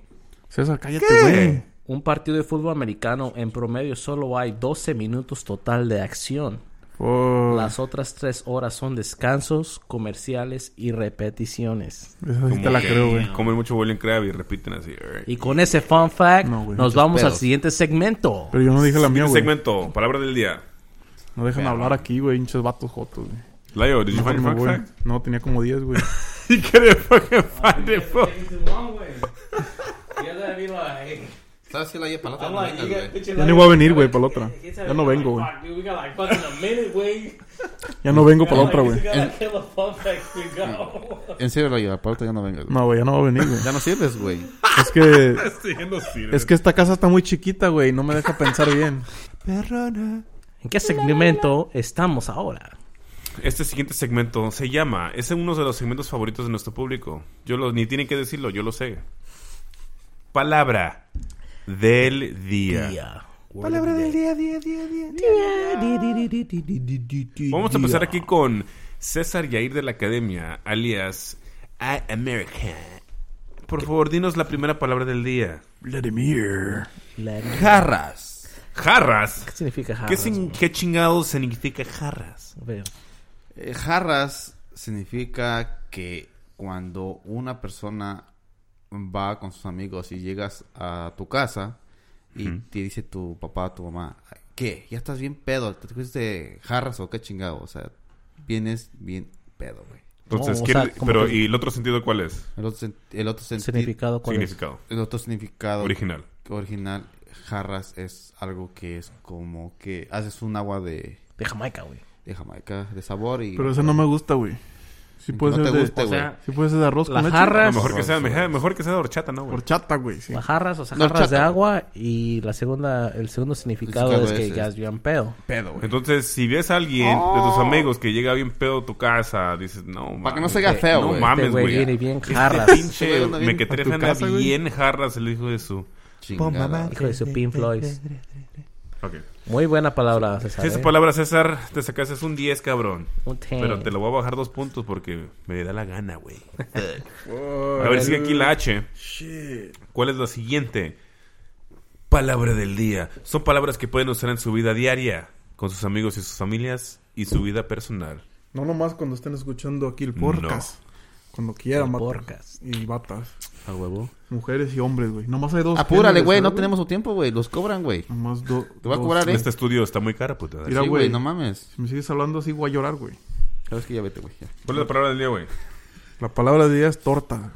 [SPEAKER 5] César, cállate,
[SPEAKER 1] ¿Qué?
[SPEAKER 5] güey.
[SPEAKER 2] un partido de fútbol americano en promedio solo hay 12 minutos total de acción?
[SPEAKER 5] Oh,
[SPEAKER 2] Las otras tres horas son descansos, comerciales y repeticiones.
[SPEAKER 5] esa sí
[SPEAKER 1] Como
[SPEAKER 5] te la
[SPEAKER 1] que
[SPEAKER 5] creo, güey.
[SPEAKER 1] Comen mucho William Crab y repiten así. alright.
[SPEAKER 2] Y con ese fun fact,
[SPEAKER 5] No, güey,
[SPEAKER 2] nos
[SPEAKER 5] muchos
[SPEAKER 2] vamos al
[SPEAKER 3] pedos.
[SPEAKER 2] siguiente segmento.
[SPEAKER 5] Pero yo no dije la mía, güey.
[SPEAKER 1] Segmento, palabra del día.
[SPEAKER 5] No dejan hablar aquí, güey, hinchos vatos jotos, güey.
[SPEAKER 1] Layo, did you
[SPEAKER 5] Mejor
[SPEAKER 1] find
[SPEAKER 5] me
[SPEAKER 1] your fun [laughs]
[SPEAKER 5] voy.
[SPEAKER 1] fact? [laughs]
[SPEAKER 5] No, tenía como 10, güey.
[SPEAKER 1] He couldn't fucking find it, fool.
[SPEAKER 5] [laughs]
[SPEAKER 3] ¿Sabes si la lleva para la otra?
[SPEAKER 2] like, you got-
[SPEAKER 3] No vengas, güey.
[SPEAKER 2] put your
[SPEAKER 5] Ya ni
[SPEAKER 2] leg-
[SPEAKER 5] voy a venir, [laughs] güey, para eh. la
[SPEAKER 2] It's-
[SPEAKER 5] otra.
[SPEAKER 2] it's
[SPEAKER 5] Ya no vengo, güey.
[SPEAKER 2] Fuck, dude, we got like fucking a minute, güey.
[SPEAKER 5] Ya no vengo para la
[SPEAKER 2] Like,
[SPEAKER 5] otra,
[SPEAKER 2] we
[SPEAKER 5] güey.
[SPEAKER 2] got like hella fun facts to go.
[SPEAKER 3] En serio la lleva para la otra, ya no vengas. güey.
[SPEAKER 5] No, güey, ya no va a venir, güey.
[SPEAKER 3] Ya no sirves, güey.
[SPEAKER 5] [laughs] Es que,
[SPEAKER 1] Es
[SPEAKER 5] es que esta casa está muy chiquita, güey. No me deja pensar bien.
[SPEAKER 2] ¿En qué segmento estamos ahora?
[SPEAKER 1] Este siguiente segmento se llama, es uno de los segmentos favoritos de nuestro público. Yo lo, ni tienen que decirlo, yo lo sé. Palabra del día.
[SPEAKER 2] Palabra del día,
[SPEAKER 1] Vamos a empezar aquí con César Yair de la Academia, alias I America. Por favor, dinos la primera palabra del día.
[SPEAKER 5] Vladimir.
[SPEAKER 2] La-
[SPEAKER 3] Jarras.
[SPEAKER 1] Jarras.
[SPEAKER 2] ¿Qué significa
[SPEAKER 1] ¿Qué,
[SPEAKER 2] jarras,
[SPEAKER 1] sin- ¿Qué chingados significa jarras?
[SPEAKER 2] güey?
[SPEAKER 3] Eh, jarras significa que cuando una persona va con sus amigos y llegas a tu casa y te dice tu papá, tu mamá, ¿qué? Ya estás bien pedo, te fuiste jarras o qué chingado, o sea, vienes bien pedo, güey.
[SPEAKER 1] Entonces,
[SPEAKER 2] No, o
[SPEAKER 1] ¿quiere-
[SPEAKER 2] sea, como
[SPEAKER 1] pero
[SPEAKER 2] que-
[SPEAKER 1] ¿y el otro sentido cuál es?
[SPEAKER 3] El otro, sen- el otro senti-
[SPEAKER 2] ¿Significado cuál es?
[SPEAKER 1] Significado.
[SPEAKER 3] el otro significado
[SPEAKER 1] Original.
[SPEAKER 3] original, jarras es algo que es como que haces un agua de,
[SPEAKER 2] De Jamaica, güey.
[SPEAKER 3] de Jamaica de sabor y
[SPEAKER 5] Pero esa no me gusta, güey. Si
[SPEAKER 3] no
[SPEAKER 5] puede
[SPEAKER 3] te
[SPEAKER 5] ser de...
[SPEAKER 3] gusta,
[SPEAKER 2] o
[SPEAKER 3] güey.
[SPEAKER 2] sea,
[SPEAKER 5] Si puede ser de arroz
[SPEAKER 2] Las
[SPEAKER 5] con leche.
[SPEAKER 1] A
[SPEAKER 2] jarras,
[SPEAKER 1] lo mejor que sea,
[SPEAKER 3] Eso es.
[SPEAKER 1] mejor que sea de horchata, ¿no, güey?
[SPEAKER 5] Por chata, güey, sí.
[SPEAKER 2] las jarras, o sea,
[SPEAKER 3] No,
[SPEAKER 2] jarras de
[SPEAKER 3] chata.
[SPEAKER 2] agua. Y la segunda, el segundo significado es
[SPEAKER 3] significado
[SPEAKER 2] que
[SPEAKER 3] es-
[SPEAKER 2] ya es bien pedo.
[SPEAKER 3] pedo, güey.
[SPEAKER 1] Entonces, si ves a alguien de tus amigos que llega bien pedo a tu casa, dices, no,
[SPEAKER 3] Oh. Para que no
[SPEAKER 1] mames,
[SPEAKER 3] se haga
[SPEAKER 1] güey.
[SPEAKER 3] feo,
[SPEAKER 1] No
[SPEAKER 3] güey.
[SPEAKER 1] mames,
[SPEAKER 2] Este güey
[SPEAKER 1] güey. [laughs]
[SPEAKER 2] viene bien jarras.
[SPEAKER 3] güey
[SPEAKER 1] Pinche
[SPEAKER 3] anda bien
[SPEAKER 1] mequetrefe
[SPEAKER 5] a tu
[SPEAKER 1] anda
[SPEAKER 5] casa, güey.
[SPEAKER 1] bien jarras el hijo de su...
[SPEAKER 3] Chingada.
[SPEAKER 2] Hijo de su Pin Floyd.
[SPEAKER 1] Ok.
[SPEAKER 2] Muy buena palabra, César.
[SPEAKER 1] Si esa
[SPEAKER 2] ¿eh?
[SPEAKER 1] palabra, César, te sacas es un 10, cabrón.
[SPEAKER 2] Un ten.
[SPEAKER 1] Pero te lo voy a bajar dos puntos porque me da la gana, güey. a ver, sigue aquí la H. ¿Cuál es la siguiente? Palabra del día. Son palabras que pueden usar en su vida diaria, con sus amigos y sus familias, y su vida personal.
[SPEAKER 5] No nomás cuando estén escuchando aquí el
[SPEAKER 1] No.
[SPEAKER 5] podcast. Cuando quieran,
[SPEAKER 2] El
[SPEAKER 5] vatos.
[SPEAKER 2] podcast.
[SPEAKER 5] Y batas.
[SPEAKER 2] A huevo.
[SPEAKER 5] Mujeres y hombres, güey. Nomás hay dos.
[SPEAKER 3] Apúrale,
[SPEAKER 5] géneros,
[SPEAKER 3] güey, no
[SPEAKER 5] ¿sabes,
[SPEAKER 3] tenemos su tiempo, güey. Los cobran, güey.
[SPEAKER 5] Nomás dos.
[SPEAKER 3] Te voy a cobrar, eh.
[SPEAKER 1] Este estudio está muy cara, puta.
[SPEAKER 5] Mira,
[SPEAKER 3] sí,
[SPEAKER 5] güey.
[SPEAKER 3] güey, no mames.
[SPEAKER 5] Si me sigues hablando así, voy a llorar, güey.
[SPEAKER 3] Sabes que ya vete, güey. ya.
[SPEAKER 1] ¿Cuál es la palabra del día, güey?
[SPEAKER 5] La palabra de ella es torta.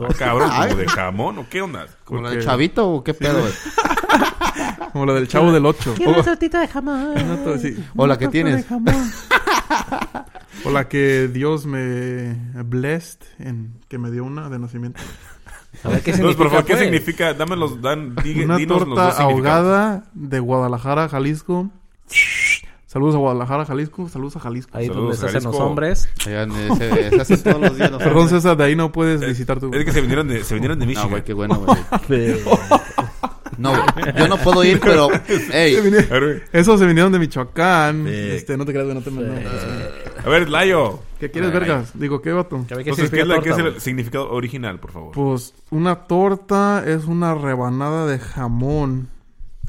[SPEAKER 1] Ah, Cabrón, como de jamón o qué onda.
[SPEAKER 3] ¿Como la
[SPEAKER 5] Porque-
[SPEAKER 3] de Chavito o qué pedo, güey?
[SPEAKER 5] Como la del chavo del 8.
[SPEAKER 2] Una tortita de
[SPEAKER 5] [laughs]
[SPEAKER 2] jamón.
[SPEAKER 3] O la que tienes.
[SPEAKER 5] O la que Dios me blessed en que me dio una de nacimiento.
[SPEAKER 2] A ver, ¿qué significa?
[SPEAKER 1] Entonces, por favor, ¿qué
[SPEAKER 2] pues?
[SPEAKER 1] significa? Dame los, dan, di-
[SPEAKER 5] Una
[SPEAKER 1] dinos los
[SPEAKER 5] torta
[SPEAKER 1] dos significados.
[SPEAKER 5] ahogada de Guadalajara, Jalisco. Saludos a Guadalajara, Jalisco. pues? Saludos a Jalisco.
[SPEAKER 2] Ahí donde
[SPEAKER 1] Saludos,
[SPEAKER 2] se hacen los
[SPEAKER 1] Jalisco.
[SPEAKER 2] hombres.
[SPEAKER 3] Oigan, ese- ese hace todos los días. los
[SPEAKER 5] Perdón,
[SPEAKER 3] hombres.
[SPEAKER 5] César, de ahí no puedes visitar tu...
[SPEAKER 1] Es que se vinieron de, se vinieron de
[SPEAKER 3] No,
[SPEAKER 1] Michigan.
[SPEAKER 3] güey, qué bueno, güey. No, güey. Yo no puedo ir, pero. Ey,
[SPEAKER 1] A ver, güey.
[SPEAKER 5] Esos se vinieron de Michoacán. Este, no te creas, güey, no te no, no, no.
[SPEAKER 1] A ver, Layo.
[SPEAKER 5] ¿Qué quieres, vergas? Digo, ¿qué vato?
[SPEAKER 2] Ya ve que
[SPEAKER 1] Entonces, ¿qué
[SPEAKER 2] significa
[SPEAKER 1] es, la- qué
[SPEAKER 2] torta,
[SPEAKER 1] es el
[SPEAKER 2] [laughs] güey.
[SPEAKER 1] significado original, por favor?
[SPEAKER 5] Pues una torta es una rebanada de jamón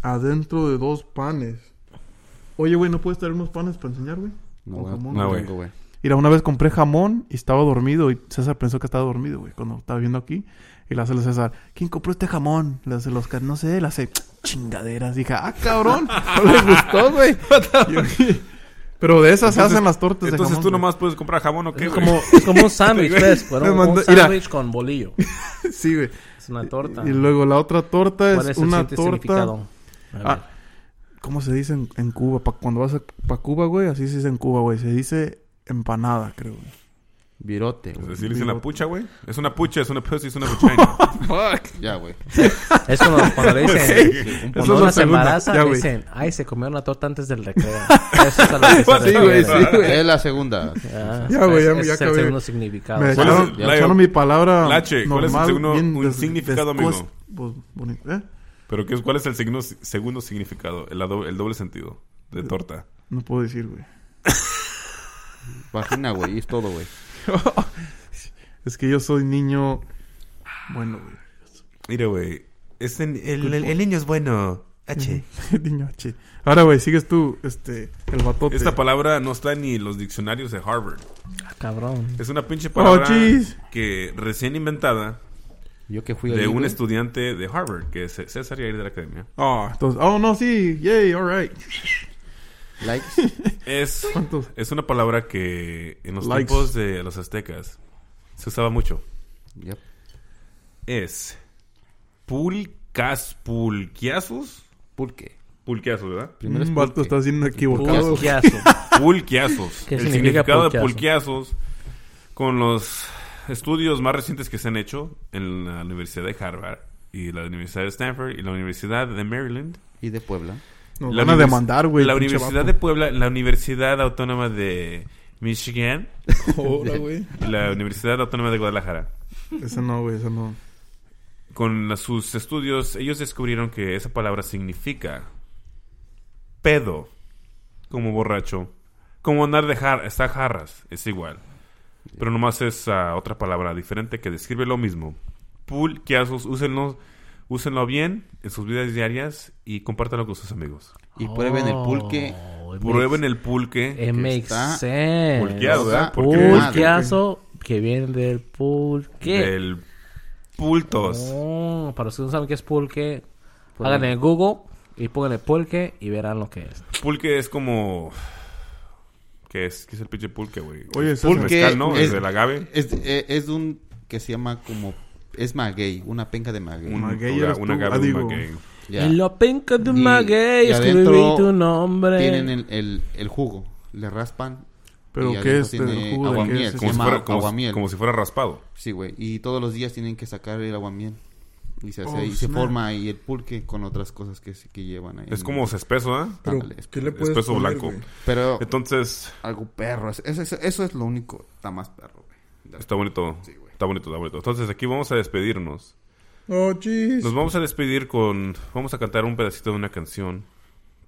[SPEAKER 5] adentro de dos panes. Oye, güey, ¿no puedes traer unos panes para enseñar, güey?
[SPEAKER 3] No,
[SPEAKER 5] Con
[SPEAKER 3] güey.
[SPEAKER 5] jamón.
[SPEAKER 1] No,
[SPEAKER 3] No,
[SPEAKER 1] güey.
[SPEAKER 3] tengo, güey.
[SPEAKER 5] Mira, una vez compré jamón y estaba dormido y César pensó que estaba dormido, güey, cuando estaba viendo aquí. Y le hace el César, ¿quién compró este jamón? Le hace los Oscar, no sé, le hace chingaderas. Dije, ah, cabrón, no le
[SPEAKER 2] [laughs]
[SPEAKER 5] gustó, [laughs] güey. Yo- Pero de esas se hacen las tortas
[SPEAKER 1] Entonces,
[SPEAKER 5] de jamón.
[SPEAKER 1] tú
[SPEAKER 5] güey.
[SPEAKER 1] nomás puedes comprar jamón o qué,
[SPEAKER 2] Es
[SPEAKER 1] güey?
[SPEAKER 2] como, es como un sándwich,
[SPEAKER 5] [laughs]
[SPEAKER 2] pues. pero
[SPEAKER 5] Me
[SPEAKER 2] un-
[SPEAKER 5] mandó-
[SPEAKER 2] un
[SPEAKER 5] mira.
[SPEAKER 2] sándwich con bolillo.
[SPEAKER 5] Sí, güey.
[SPEAKER 2] Es una torta.
[SPEAKER 5] Y luego la otra torta
[SPEAKER 2] ¿Cuál es
[SPEAKER 5] es,
[SPEAKER 2] el
[SPEAKER 5] una
[SPEAKER 2] siguiente
[SPEAKER 5] torta
[SPEAKER 2] significado? A ver.
[SPEAKER 5] Ah, ¿Cómo se dice en, en Cuba? Pa- cuando vas a pa Cuba, güey, así se dice en Cuba, güey. Se dice empanada, creo. güey.
[SPEAKER 3] Virote,
[SPEAKER 1] Pues
[SPEAKER 3] güey.
[SPEAKER 1] así le dicen la pucha, güey. Es una pucha, es una pussy, es una puchaina.
[SPEAKER 3] Ya, güey.
[SPEAKER 2] Es como cuando le
[SPEAKER 5] [laughs]
[SPEAKER 2] dicen,
[SPEAKER 5] Eso
[SPEAKER 2] cuando
[SPEAKER 5] es
[SPEAKER 2] uno
[SPEAKER 5] la
[SPEAKER 2] se
[SPEAKER 5] segunda.
[SPEAKER 2] embaraza,
[SPEAKER 5] Ya,
[SPEAKER 2] le
[SPEAKER 5] güey.
[SPEAKER 2] dicen, ay, se comió una torta antes del
[SPEAKER 5] [laughs]
[SPEAKER 2] recreo. Eso es a lo que se
[SPEAKER 1] Sí,
[SPEAKER 2] refiere.
[SPEAKER 1] güey, sí.
[SPEAKER 3] Es la segunda.
[SPEAKER 2] Ah,
[SPEAKER 5] Ya, güey, ya-
[SPEAKER 2] ese
[SPEAKER 5] ya
[SPEAKER 2] es el
[SPEAKER 5] acabé.
[SPEAKER 2] segundo significado. Ah,
[SPEAKER 5] Me
[SPEAKER 2] O sea,
[SPEAKER 1] ¿Cuál es
[SPEAKER 5] echaron,
[SPEAKER 1] el-
[SPEAKER 5] me
[SPEAKER 1] la-
[SPEAKER 5] echaron mi palabra
[SPEAKER 1] Lache, ¿cuál es el
[SPEAKER 5] normal,
[SPEAKER 1] segundo-
[SPEAKER 5] bien
[SPEAKER 1] un significado, amigo?
[SPEAKER 5] descos- pues, bonito, ¿eh?
[SPEAKER 1] Pero, qué, es- ¿cuál es el signo- segundo significado? El, ado- el doble sentido
[SPEAKER 5] Eh.
[SPEAKER 1] de torta.
[SPEAKER 5] No puedo decir, güey.
[SPEAKER 3] Vagina, güey. Es todo, güey.
[SPEAKER 5] Es que yo soy niño... Bueno, güey.
[SPEAKER 1] Mira, güey. es en- el, el- el niño es bueno. H.
[SPEAKER 5] [laughs] niño H. Ahora, güey, sigues tú, este, el batote.
[SPEAKER 1] Esta palabra no está ni en los diccionarios de Harvard.
[SPEAKER 2] Cabrón.
[SPEAKER 1] Es una pinche palabra
[SPEAKER 5] Oh, jeez.
[SPEAKER 1] que recién inventada
[SPEAKER 3] Yo que fui
[SPEAKER 1] de
[SPEAKER 3] ahí,
[SPEAKER 1] un
[SPEAKER 3] güey.
[SPEAKER 1] estudiante de Harvard, que es César Yair de la Academia.
[SPEAKER 5] Ah, entonces... Oh, no, sí. Yay, all right.
[SPEAKER 3] Likes.
[SPEAKER 1] Es,
[SPEAKER 5] ¿Cuántos?
[SPEAKER 1] es una palabra que en los
[SPEAKER 5] Likes.
[SPEAKER 1] tiempos de los aztecas Se usaba mucho.
[SPEAKER 3] Yep.
[SPEAKER 1] Es pulcas, pulquiazos.
[SPEAKER 3] Pulque.
[SPEAKER 1] Pulquiazos, ¿verdad?
[SPEAKER 3] Primero es
[SPEAKER 5] Mm, vato,
[SPEAKER 3] pulque.
[SPEAKER 5] estás siendo equivocado.
[SPEAKER 2] Pulquiazo. [laughs] Pulquiazo.
[SPEAKER 1] Pulquiazos.
[SPEAKER 2] ¿Qué
[SPEAKER 1] el
[SPEAKER 2] significa
[SPEAKER 1] significado de
[SPEAKER 2] pulquiazo?
[SPEAKER 1] pulquiazos con los estudios más recientes que se han hecho en la Universidad de Harvard y la Universidad de Stanford y la Universidad de Maryland.
[SPEAKER 3] Y de Puebla.
[SPEAKER 5] Nos
[SPEAKER 1] la
[SPEAKER 5] van a
[SPEAKER 1] univers-
[SPEAKER 5] demandar, güey.
[SPEAKER 1] La
[SPEAKER 5] pinche
[SPEAKER 1] Universidad de
[SPEAKER 5] vato.
[SPEAKER 1] Puebla, la Universidad Autónoma de Michigan
[SPEAKER 3] [laughs]
[SPEAKER 5] Hola, güey.
[SPEAKER 1] y la Universidad Autónoma de Guadalajara.
[SPEAKER 5] Esa no, güey, esa no.
[SPEAKER 1] Con la- sus estudios, ellos descubrieron que esa palabra significa pedo, como borracho, como andar de jar, está jarras, es igual. Pero nomás es ah, otra palabra diferente que describe lo mismo. Pulquiazos, úsenlo, úsenlo bien en sus vidas diarias y compártanlo con sus amigos.
[SPEAKER 3] Y prueben el pulque.
[SPEAKER 2] Oh, it
[SPEAKER 1] Prueben el pulque.
[SPEAKER 2] It makes
[SPEAKER 3] está
[SPEAKER 2] sense.
[SPEAKER 1] Pulqueado, ¿verdad? Porque
[SPEAKER 2] Pulqueazo que viene del pulque.
[SPEAKER 1] del pultos.
[SPEAKER 2] Oh, para los que no saben qué es pulque, hagan el Google y pongan el pulque y verán lo que es.
[SPEAKER 1] Pulque es como... ¿Qué es? ¿Qué es el pinche pulque, güey?
[SPEAKER 5] Oye,
[SPEAKER 1] es
[SPEAKER 5] César.
[SPEAKER 1] pulque, mezcal, ¿no? Es del agave.
[SPEAKER 3] Es, eh, es de un que se llama como. Es maguey, una penca de maguey.
[SPEAKER 1] Un-
[SPEAKER 5] Maguey
[SPEAKER 1] una-
[SPEAKER 5] eres
[SPEAKER 1] una
[SPEAKER 5] tú.
[SPEAKER 1] agave,
[SPEAKER 5] Ah,
[SPEAKER 1] un
[SPEAKER 5] digo.
[SPEAKER 1] maguey.
[SPEAKER 3] Ya.
[SPEAKER 2] En la penca de
[SPEAKER 3] Y-
[SPEAKER 2] un maguey
[SPEAKER 3] y
[SPEAKER 2] escribí
[SPEAKER 3] adentro
[SPEAKER 2] tu nombre.
[SPEAKER 3] Tienen el, el, el jugo, le raspan.
[SPEAKER 5] Pero
[SPEAKER 3] y
[SPEAKER 5] ¿qué
[SPEAKER 3] adentro
[SPEAKER 5] es?
[SPEAKER 3] tiene
[SPEAKER 5] ¿El jugo de
[SPEAKER 3] aguamiel,
[SPEAKER 5] qué es?
[SPEAKER 3] se
[SPEAKER 1] Como si,
[SPEAKER 3] llama
[SPEAKER 1] fuera, como,
[SPEAKER 3] aguamiel.
[SPEAKER 1] como si fuera raspado.
[SPEAKER 3] Sí, güey. Y todos los días tienen que sacar el aguamiel. Y se, hace,
[SPEAKER 5] Oh,
[SPEAKER 3] y se
[SPEAKER 5] snap.
[SPEAKER 3] forma ahí el pulque con otras cosas que, se- que llevan ahí.
[SPEAKER 1] Es como espeso, ¿ah?
[SPEAKER 4] Pero,
[SPEAKER 3] Ándale, es-
[SPEAKER 4] ¿qué le puedes
[SPEAKER 1] Espeso
[SPEAKER 4] poner,
[SPEAKER 1] blanco.
[SPEAKER 4] güey?
[SPEAKER 3] Pero
[SPEAKER 1] Entonces,
[SPEAKER 3] algo perro. es- es- es- eso es lo único. Está más perro, güey.
[SPEAKER 1] está bonito.
[SPEAKER 3] Sí, güey.
[SPEAKER 1] Está bonito, está bonito. Entonces, aquí vamos a despedirnos.
[SPEAKER 4] Oh, jeez.
[SPEAKER 1] Nos vamos a despedir con... Vamos a cantar un pedacito de una canción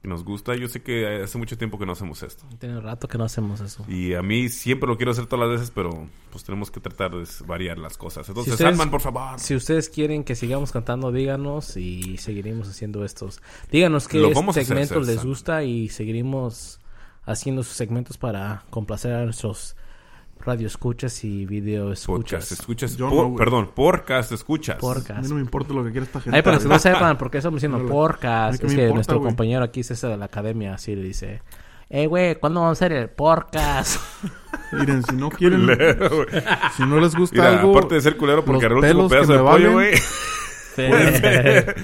[SPEAKER 1] que nos gusta. Yo sé que hace mucho tiempo que no hacemos esto.
[SPEAKER 2] Tiene rato que no hacemos eso.
[SPEAKER 1] Y a mí siempre lo quiero hacer todas las veces, pero pues tenemos que tratar de variar las cosas. Entonces,
[SPEAKER 2] ustedes-
[SPEAKER 1] Sandman, por favor.
[SPEAKER 2] Si ustedes quieren que sigamos cantando, díganos y seguiremos haciendo estos. Díganos qué
[SPEAKER 1] Lo
[SPEAKER 2] es-
[SPEAKER 1] vamos a hacer,
[SPEAKER 2] segmentos
[SPEAKER 1] César.
[SPEAKER 2] les gusta y seguiremos haciendo sus segmentos para complacer a nuestros radioescuchas y
[SPEAKER 1] Podcast,
[SPEAKER 2] videoescuchas.
[SPEAKER 1] escuchas.
[SPEAKER 5] Yo
[SPEAKER 1] po-
[SPEAKER 5] no, güey.
[SPEAKER 1] Perdón, podcast, escuchas. [laughs]
[SPEAKER 5] A mí
[SPEAKER 2] Podcast.
[SPEAKER 5] no me importa lo que quiera esta gente.
[SPEAKER 2] Ay, para los que no
[SPEAKER 5] güey.
[SPEAKER 2] sepan, porque eso me diciendo
[SPEAKER 5] No, no. A mí
[SPEAKER 2] podcast.
[SPEAKER 5] que
[SPEAKER 2] Es
[SPEAKER 5] me
[SPEAKER 2] que
[SPEAKER 5] importa,
[SPEAKER 2] nuestro
[SPEAKER 5] güey.
[SPEAKER 2] compañero aquí, César de la academia, así le dice: Eh, güey, ¿cuándo vamos a hacer el
[SPEAKER 1] [laughs]
[SPEAKER 2] podcast?
[SPEAKER 5] Miren, si no quieren,
[SPEAKER 1] Culero, güey.
[SPEAKER 5] si no les gusta
[SPEAKER 1] Mira,
[SPEAKER 5] algo,
[SPEAKER 1] aparte de ser culero porque
[SPEAKER 5] los
[SPEAKER 1] agarró el último
[SPEAKER 5] pelos que
[SPEAKER 1] pedazo
[SPEAKER 5] me
[SPEAKER 1] de pollo,
[SPEAKER 5] valen,
[SPEAKER 1] güey.
[SPEAKER 2] [laughs]
[SPEAKER 1] [laughs]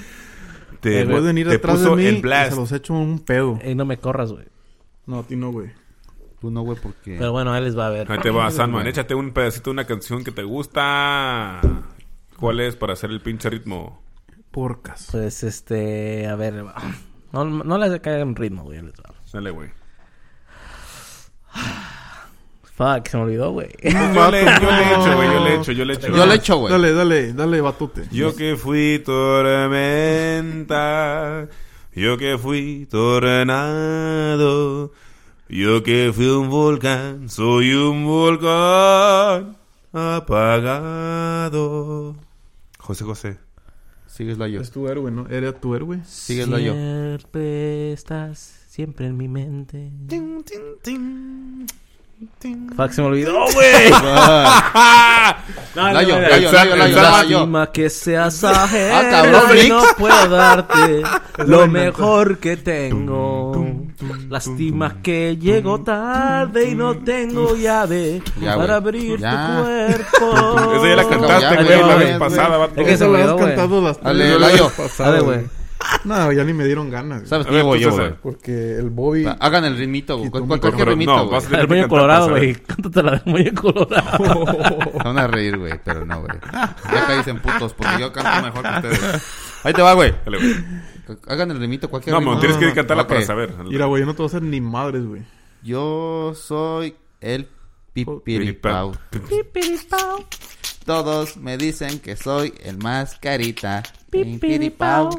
[SPEAKER 1] Te,
[SPEAKER 5] pueden ir
[SPEAKER 1] Eh, te
[SPEAKER 5] atrás de
[SPEAKER 1] puso
[SPEAKER 5] mí
[SPEAKER 1] en
[SPEAKER 5] y
[SPEAKER 1] blast.
[SPEAKER 5] se los echo un pedo.
[SPEAKER 2] Eh, no me corras, güey.
[SPEAKER 5] No, a ti no, güey.
[SPEAKER 3] Tú no, güey, porque.
[SPEAKER 2] Pero bueno, él les va a ver.
[SPEAKER 1] Ahí te
[SPEAKER 2] [laughs]
[SPEAKER 1] va, Sandman. Échate un pedacito de una canción que te gusta. ¿Cuál es para hacer el pinche ritmo?
[SPEAKER 5] Porcas.
[SPEAKER 2] Pues este, a ver, [clears throat] no, no les cae en ritmo, güey. les va.
[SPEAKER 1] Dale, güey.
[SPEAKER 2] Fuck, se me olvidó, güey.
[SPEAKER 1] Yo le, yo le echo, güey. Yo le echo, yo le echo.
[SPEAKER 3] Yo le echo, güey.
[SPEAKER 5] Dale, dale, dale, batote.
[SPEAKER 1] Yo que fui tormenta, yo que fui tornado, yo que fui un volcán, soy un volcán apagado. José José.
[SPEAKER 3] Sigues la yo.
[SPEAKER 5] Es tu héroe, ¿no? Era tu héroe.
[SPEAKER 3] Síguelo yo.
[SPEAKER 2] Siempre estás, siempre en mi mente. Fuck, se me olvidó,
[SPEAKER 1] [laughs]
[SPEAKER 2] güey.
[SPEAKER 3] Ah,
[SPEAKER 2] No,
[SPEAKER 3] Layo,
[SPEAKER 2] no, no,
[SPEAKER 3] layo,
[SPEAKER 1] Exacto, exacto.
[SPEAKER 3] layo, layo, layo.
[SPEAKER 2] Lástima que seas ajeno
[SPEAKER 3] Ah, cabrón,
[SPEAKER 2] y no
[SPEAKER 3] Mix.
[SPEAKER 2] puedo
[SPEAKER 1] [laughs]
[SPEAKER 2] darte
[SPEAKER 5] lo
[SPEAKER 2] lo
[SPEAKER 5] inventó.
[SPEAKER 2] mejor que tengo. Lástima que llego tarde y no tengo llave
[SPEAKER 3] Ya, güey.
[SPEAKER 2] para abrir tu
[SPEAKER 3] Ya.
[SPEAKER 2] cuerpo.
[SPEAKER 1] [laughs] Esa ya la
[SPEAKER 3] ya,
[SPEAKER 1] cantaste,
[SPEAKER 3] ya,
[SPEAKER 1] güey,
[SPEAKER 3] ya,
[SPEAKER 1] la
[SPEAKER 3] ya,
[SPEAKER 1] vez
[SPEAKER 3] ya,
[SPEAKER 1] pasada, vato.
[SPEAKER 2] Es que se
[SPEAKER 5] Esa la
[SPEAKER 2] me
[SPEAKER 5] has
[SPEAKER 2] olvidó, güey.
[SPEAKER 5] cantado las
[SPEAKER 3] Dale,
[SPEAKER 5] tres
[SPEAKER 3] Layo.
[SPEAKER 5] veces pasadas,
[SPEAKER 2] Dale, güey.
[SPEAKER 5] güey. No, ya ni me dieron ganas. güey.
[SPEAKER 3] ¿Sabes
[SPEAKER 1] A
[SPEAKER 3] qué
[SPEAKER 1] ver,
[SPEAKER 3] llevo
[SPEAKER 1] tú,
[SPEAKER 3] yo,
[SPEAKER 1] César.
[SPEAKER 3] güey?
[SPEAKER 5] Porque el Bobby.
[SPEAKER 3] Hagan el ritmito, güey.
[SPEAKER 5] tú,
[SPEAKER 3] ¿Cuál,
[SPEAKER 5] mi
[SPEAKER 3] cuál, cualquier
[SPEAKER 1] cabrón. No,
[SPEAKER 3] ritmito,
[SPEAKER 1] vas a
[SPEAKER 3] güey.
[SPEAKER 1] tener
[SPEAKER 2] El
[SPEAKER 1] que
[SPEAKER 2] moño
[SPEAKER 1] cantar,
[SPEAKER 2] colorado,
[SPEAKER 1] ¿sabes?
[SPEAKER 2] güey. Cántate la del moño [laughs] colorado.
[SPEAKER 3] Se van a reír, güey, pero no, [laughs] güey. Ya caíste en putos, porque yo [laughs] canto mejor que ustedes. Ahí te va, güey.
[SPEAKER 1] Dale, güey.
[SPEAKER 3] Hagan el ritmito, cualquier
[SPEAKER 1] No,
[SPEAKER 3] ritmo.
[SPEAKER 1] mo, tienes que
[SPEAKER 5] no, no.
[SPEAKER 1] cantarla para
[SPEAKER 3] Ok.
[SPEAKER 1] saber.
[SPEAKER 5] Mira, güey, yo no te voy a hacer ni madres, güey.
[SPEAKER 3] Yo soy el
[SPEAKER 1] Oh, [laughs]
[SPEAKER 3] pipiripau.
[SPEAKER 6] Pipiripao,
[SPEAKER 3] Todos me dicen que soy el más carita.
[SPEAKER 6] Pipiripao.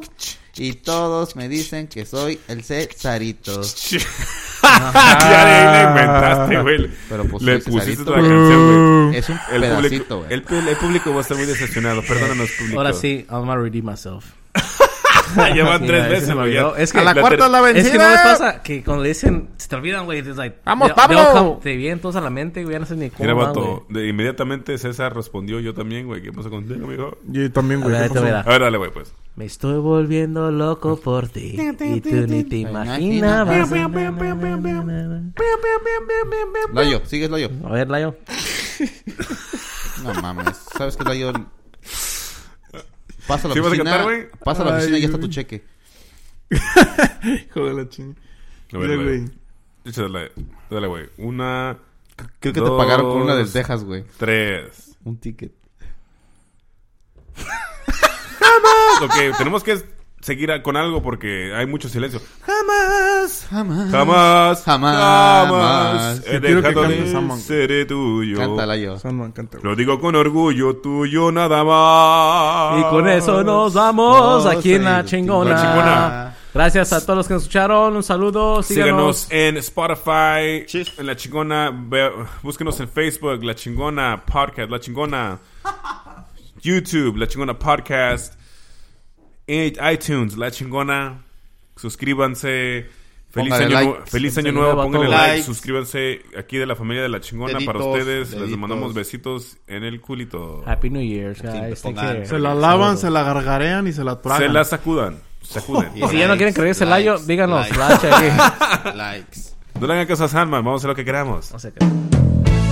[SPEAKER 3] Y todos me dicen que soy el Cesarito.
[SPEAKER 1] ya le inventaste, güey.
[SPEAKER 3] Pero pues
[SPEAKER 1] Le
[SPEAKER 3] sí, Uh.
[SPEAKER 1] pusiste
[SPEAKER 3] Cesarito,
[SPEAKER 1] la canción, güey.
[SPEAKER 3] Es un
[SPEAKER 1] Uh. El
[SPEAKER 3] pedacito,
[SPEAKER 1] público,
[SPEAKER 3] güey.
[SPEAKER 1] el, pu- el público va a estar muy decepcionado. Perdónanos, público.
[SPEAKER 2] Ahora sí, I'm gonna redeem myself.
[SPEAKER 1] [laughs] ya van
[SPEAKER 2] Sí,
[SPEAKER 1] tres
[SPEAKER 2] se
[SPEAKER 1] veces,
[SPEAKER 2] me
[SPEAKER 1] güey.
[SPEAKER 2] olvidó.
[SPEAKER 1] ya.
[SPEAKER 2] Es que-
[SPEAKER 1] A
[SPEAKER 2] La
[SPEAKER 1] ter-
[SPEAKER 2] Es que no les pasa que cuando le dicen, se te olvidan, güey. it's Like,
[SPEAKER 3] Vamos,
[SPEAKER 2] they-
[SPEAKER 3] Pablo.
[SPEAKER 2] they all come- Te vienen todos a la mente, güey. Ya no sé ni cómo.
[SPEAKER 1] Mira,
[SPEAKER 2] van,
[SPEAKER 1] vato,
[SPEAKER 2] güey.
[SPEAKER 1] de- inmediatamente César respondió yo también, güey. ¿Qué pasó contigo, amigo?
[SPEAKER 5] Yo también,
[SPEAKER 2] A
[SPEAKER 5] güey.
[SPEAKER 2] ver,
[SPEAKER 5] ¿qué
[SPEAKER 2] ahí te
[SPEAKER 5] pasó?
[SPEAKER 2] voy a dar.
[SPEAKER 1] A ver, dale, güey, pues.
[SPEAKER 2] Me estoy volviendo loco por ti. y tú ni te imaginabas. a
[SPEAKER 3] Layo, sigues Layo.
[SPEAKER 2] ver, Layo.
[SPEAKER 3] No mames. ¿Sabes qué, Lion? Pasa a la
[SPEAKER 1] ¿Sí vas a
[SPEAKER 3] oficina.
[SPEAKER 1] cantar, güey?
[SPEAKER 3] pasa a la oficina y
[SPEAKER 5] Ay,
[SPEAKER 3] ya está tu
[SPEAKER 5] güey.
[SPEAKER 3] cheque.
[SPEAKER 5] Hijo de la chinga.
[SPEAKER 1] A ver,
[SPEAKER 5] Mira,
[SPEAKER 1] güey.
[SPEAKER 5] güey.
[SPEAKER 1] Échale, dale, güey. Una,
[SPEAKER 3] Creo que
[SPEAKER 1] Dos.
[SPEAKER 3] te pagaron con una del Texas, güey.
[SPEAKER 1] tres.
[SPEAKER 3] Un ticket.
[SPEAKER 1] Ok, tenemos que seguir a- con algo porque hay mucho silencio.
[SPEAKER 3] Pues, Jamás.
[SPEAKER 1] Jamás,
[SPEAKER 3] Jamás.
[SPEAKER 1] jamás he
[SPEAKER 5] Yo quiero que
[SPEAKER 1] dejado
[SPEAKER 5] cantes
[SPEAKER 1] de
[SPEAKER 5] Saman.
[SPEAKER 1] seré tuyo.
[SPEAKER 3] Cántala yo.
[SPEAKER 5] Sandman, canta, güey.
[SPEAKER 1] Lo digo con orgullo tuyo nada más.
[SPEAKER 2] Y con
[SPEAKER 1] Oh,
[SPEAKER 2] eso nos vamos aquí en La
[SPEAKER 3] sí,
[SPEAKER 2] Chingona.
[SPEAKER 1] La Chingona.
[SPEAKER 2] Gracias a todos los que nos escucharon. Un saludo.
[SPEAKER 1] Síganos,
[SPEAKER 2] Síganos.
[SPEAKER 1] en Spotify, en La Chingona, ve- búsquenos en Facebook, La Chingona Podcast, La
[SPEAKER 3] [laughs]
[SPEAKER 1] Chingona, YouTube, La Chingona Podcast, en iTunes, La Chingona, suscríbanse, feliz
[SPEAKER 3] Póngale
[SPEAKER 1] año,
[SPEAKER 3] like.
[SPEAKER 1] nu- feliz
[SPEAKER 2] Feliz
[SPEAKER 1] año
[SPEAKER 2] año
[SPEAKER 1] nuevo,
[SPEAKER 2] nuevo a
[SPEAKER 1] pónganle
[SPEAKER 3] todos.
[SPEAKER 1] like,
[SPEAKER 3] Likes.
[SPEAKER 1] suscríbanse aquí de la familia de La Chingona para
[SPEAKER 3] Deditos,
[SPEAKER 1] ustedes, les
[SPEAKER 3] deditos.
[SPEAKER 1] mandamos besitos en el culito,
[SPEAKER 2] Happy New Year, guys. Take
[SPEAKER 3] pongan-
[SPEAKER 2] care.
[SPEAKER 5] Se la lavan,
[SPEAKER 2] Saludos.
[SPEAKER 5] se la gargarean y se la tragan.
[SPEAKER 1] se la sacudan, sacuden.
[SPEAKER 2] Y si ya no quieren creerse el ayo, díganos.
[SPEAKER 3] Likes.
[SPEAKER 2] racha ahí.
[SPEAKER 3] [laughs] likes.
[SPEAKER 1] No le hagan caso a Sandman, vamos a hacer lo que queramos.
[SPEAKER 2] No sé qué.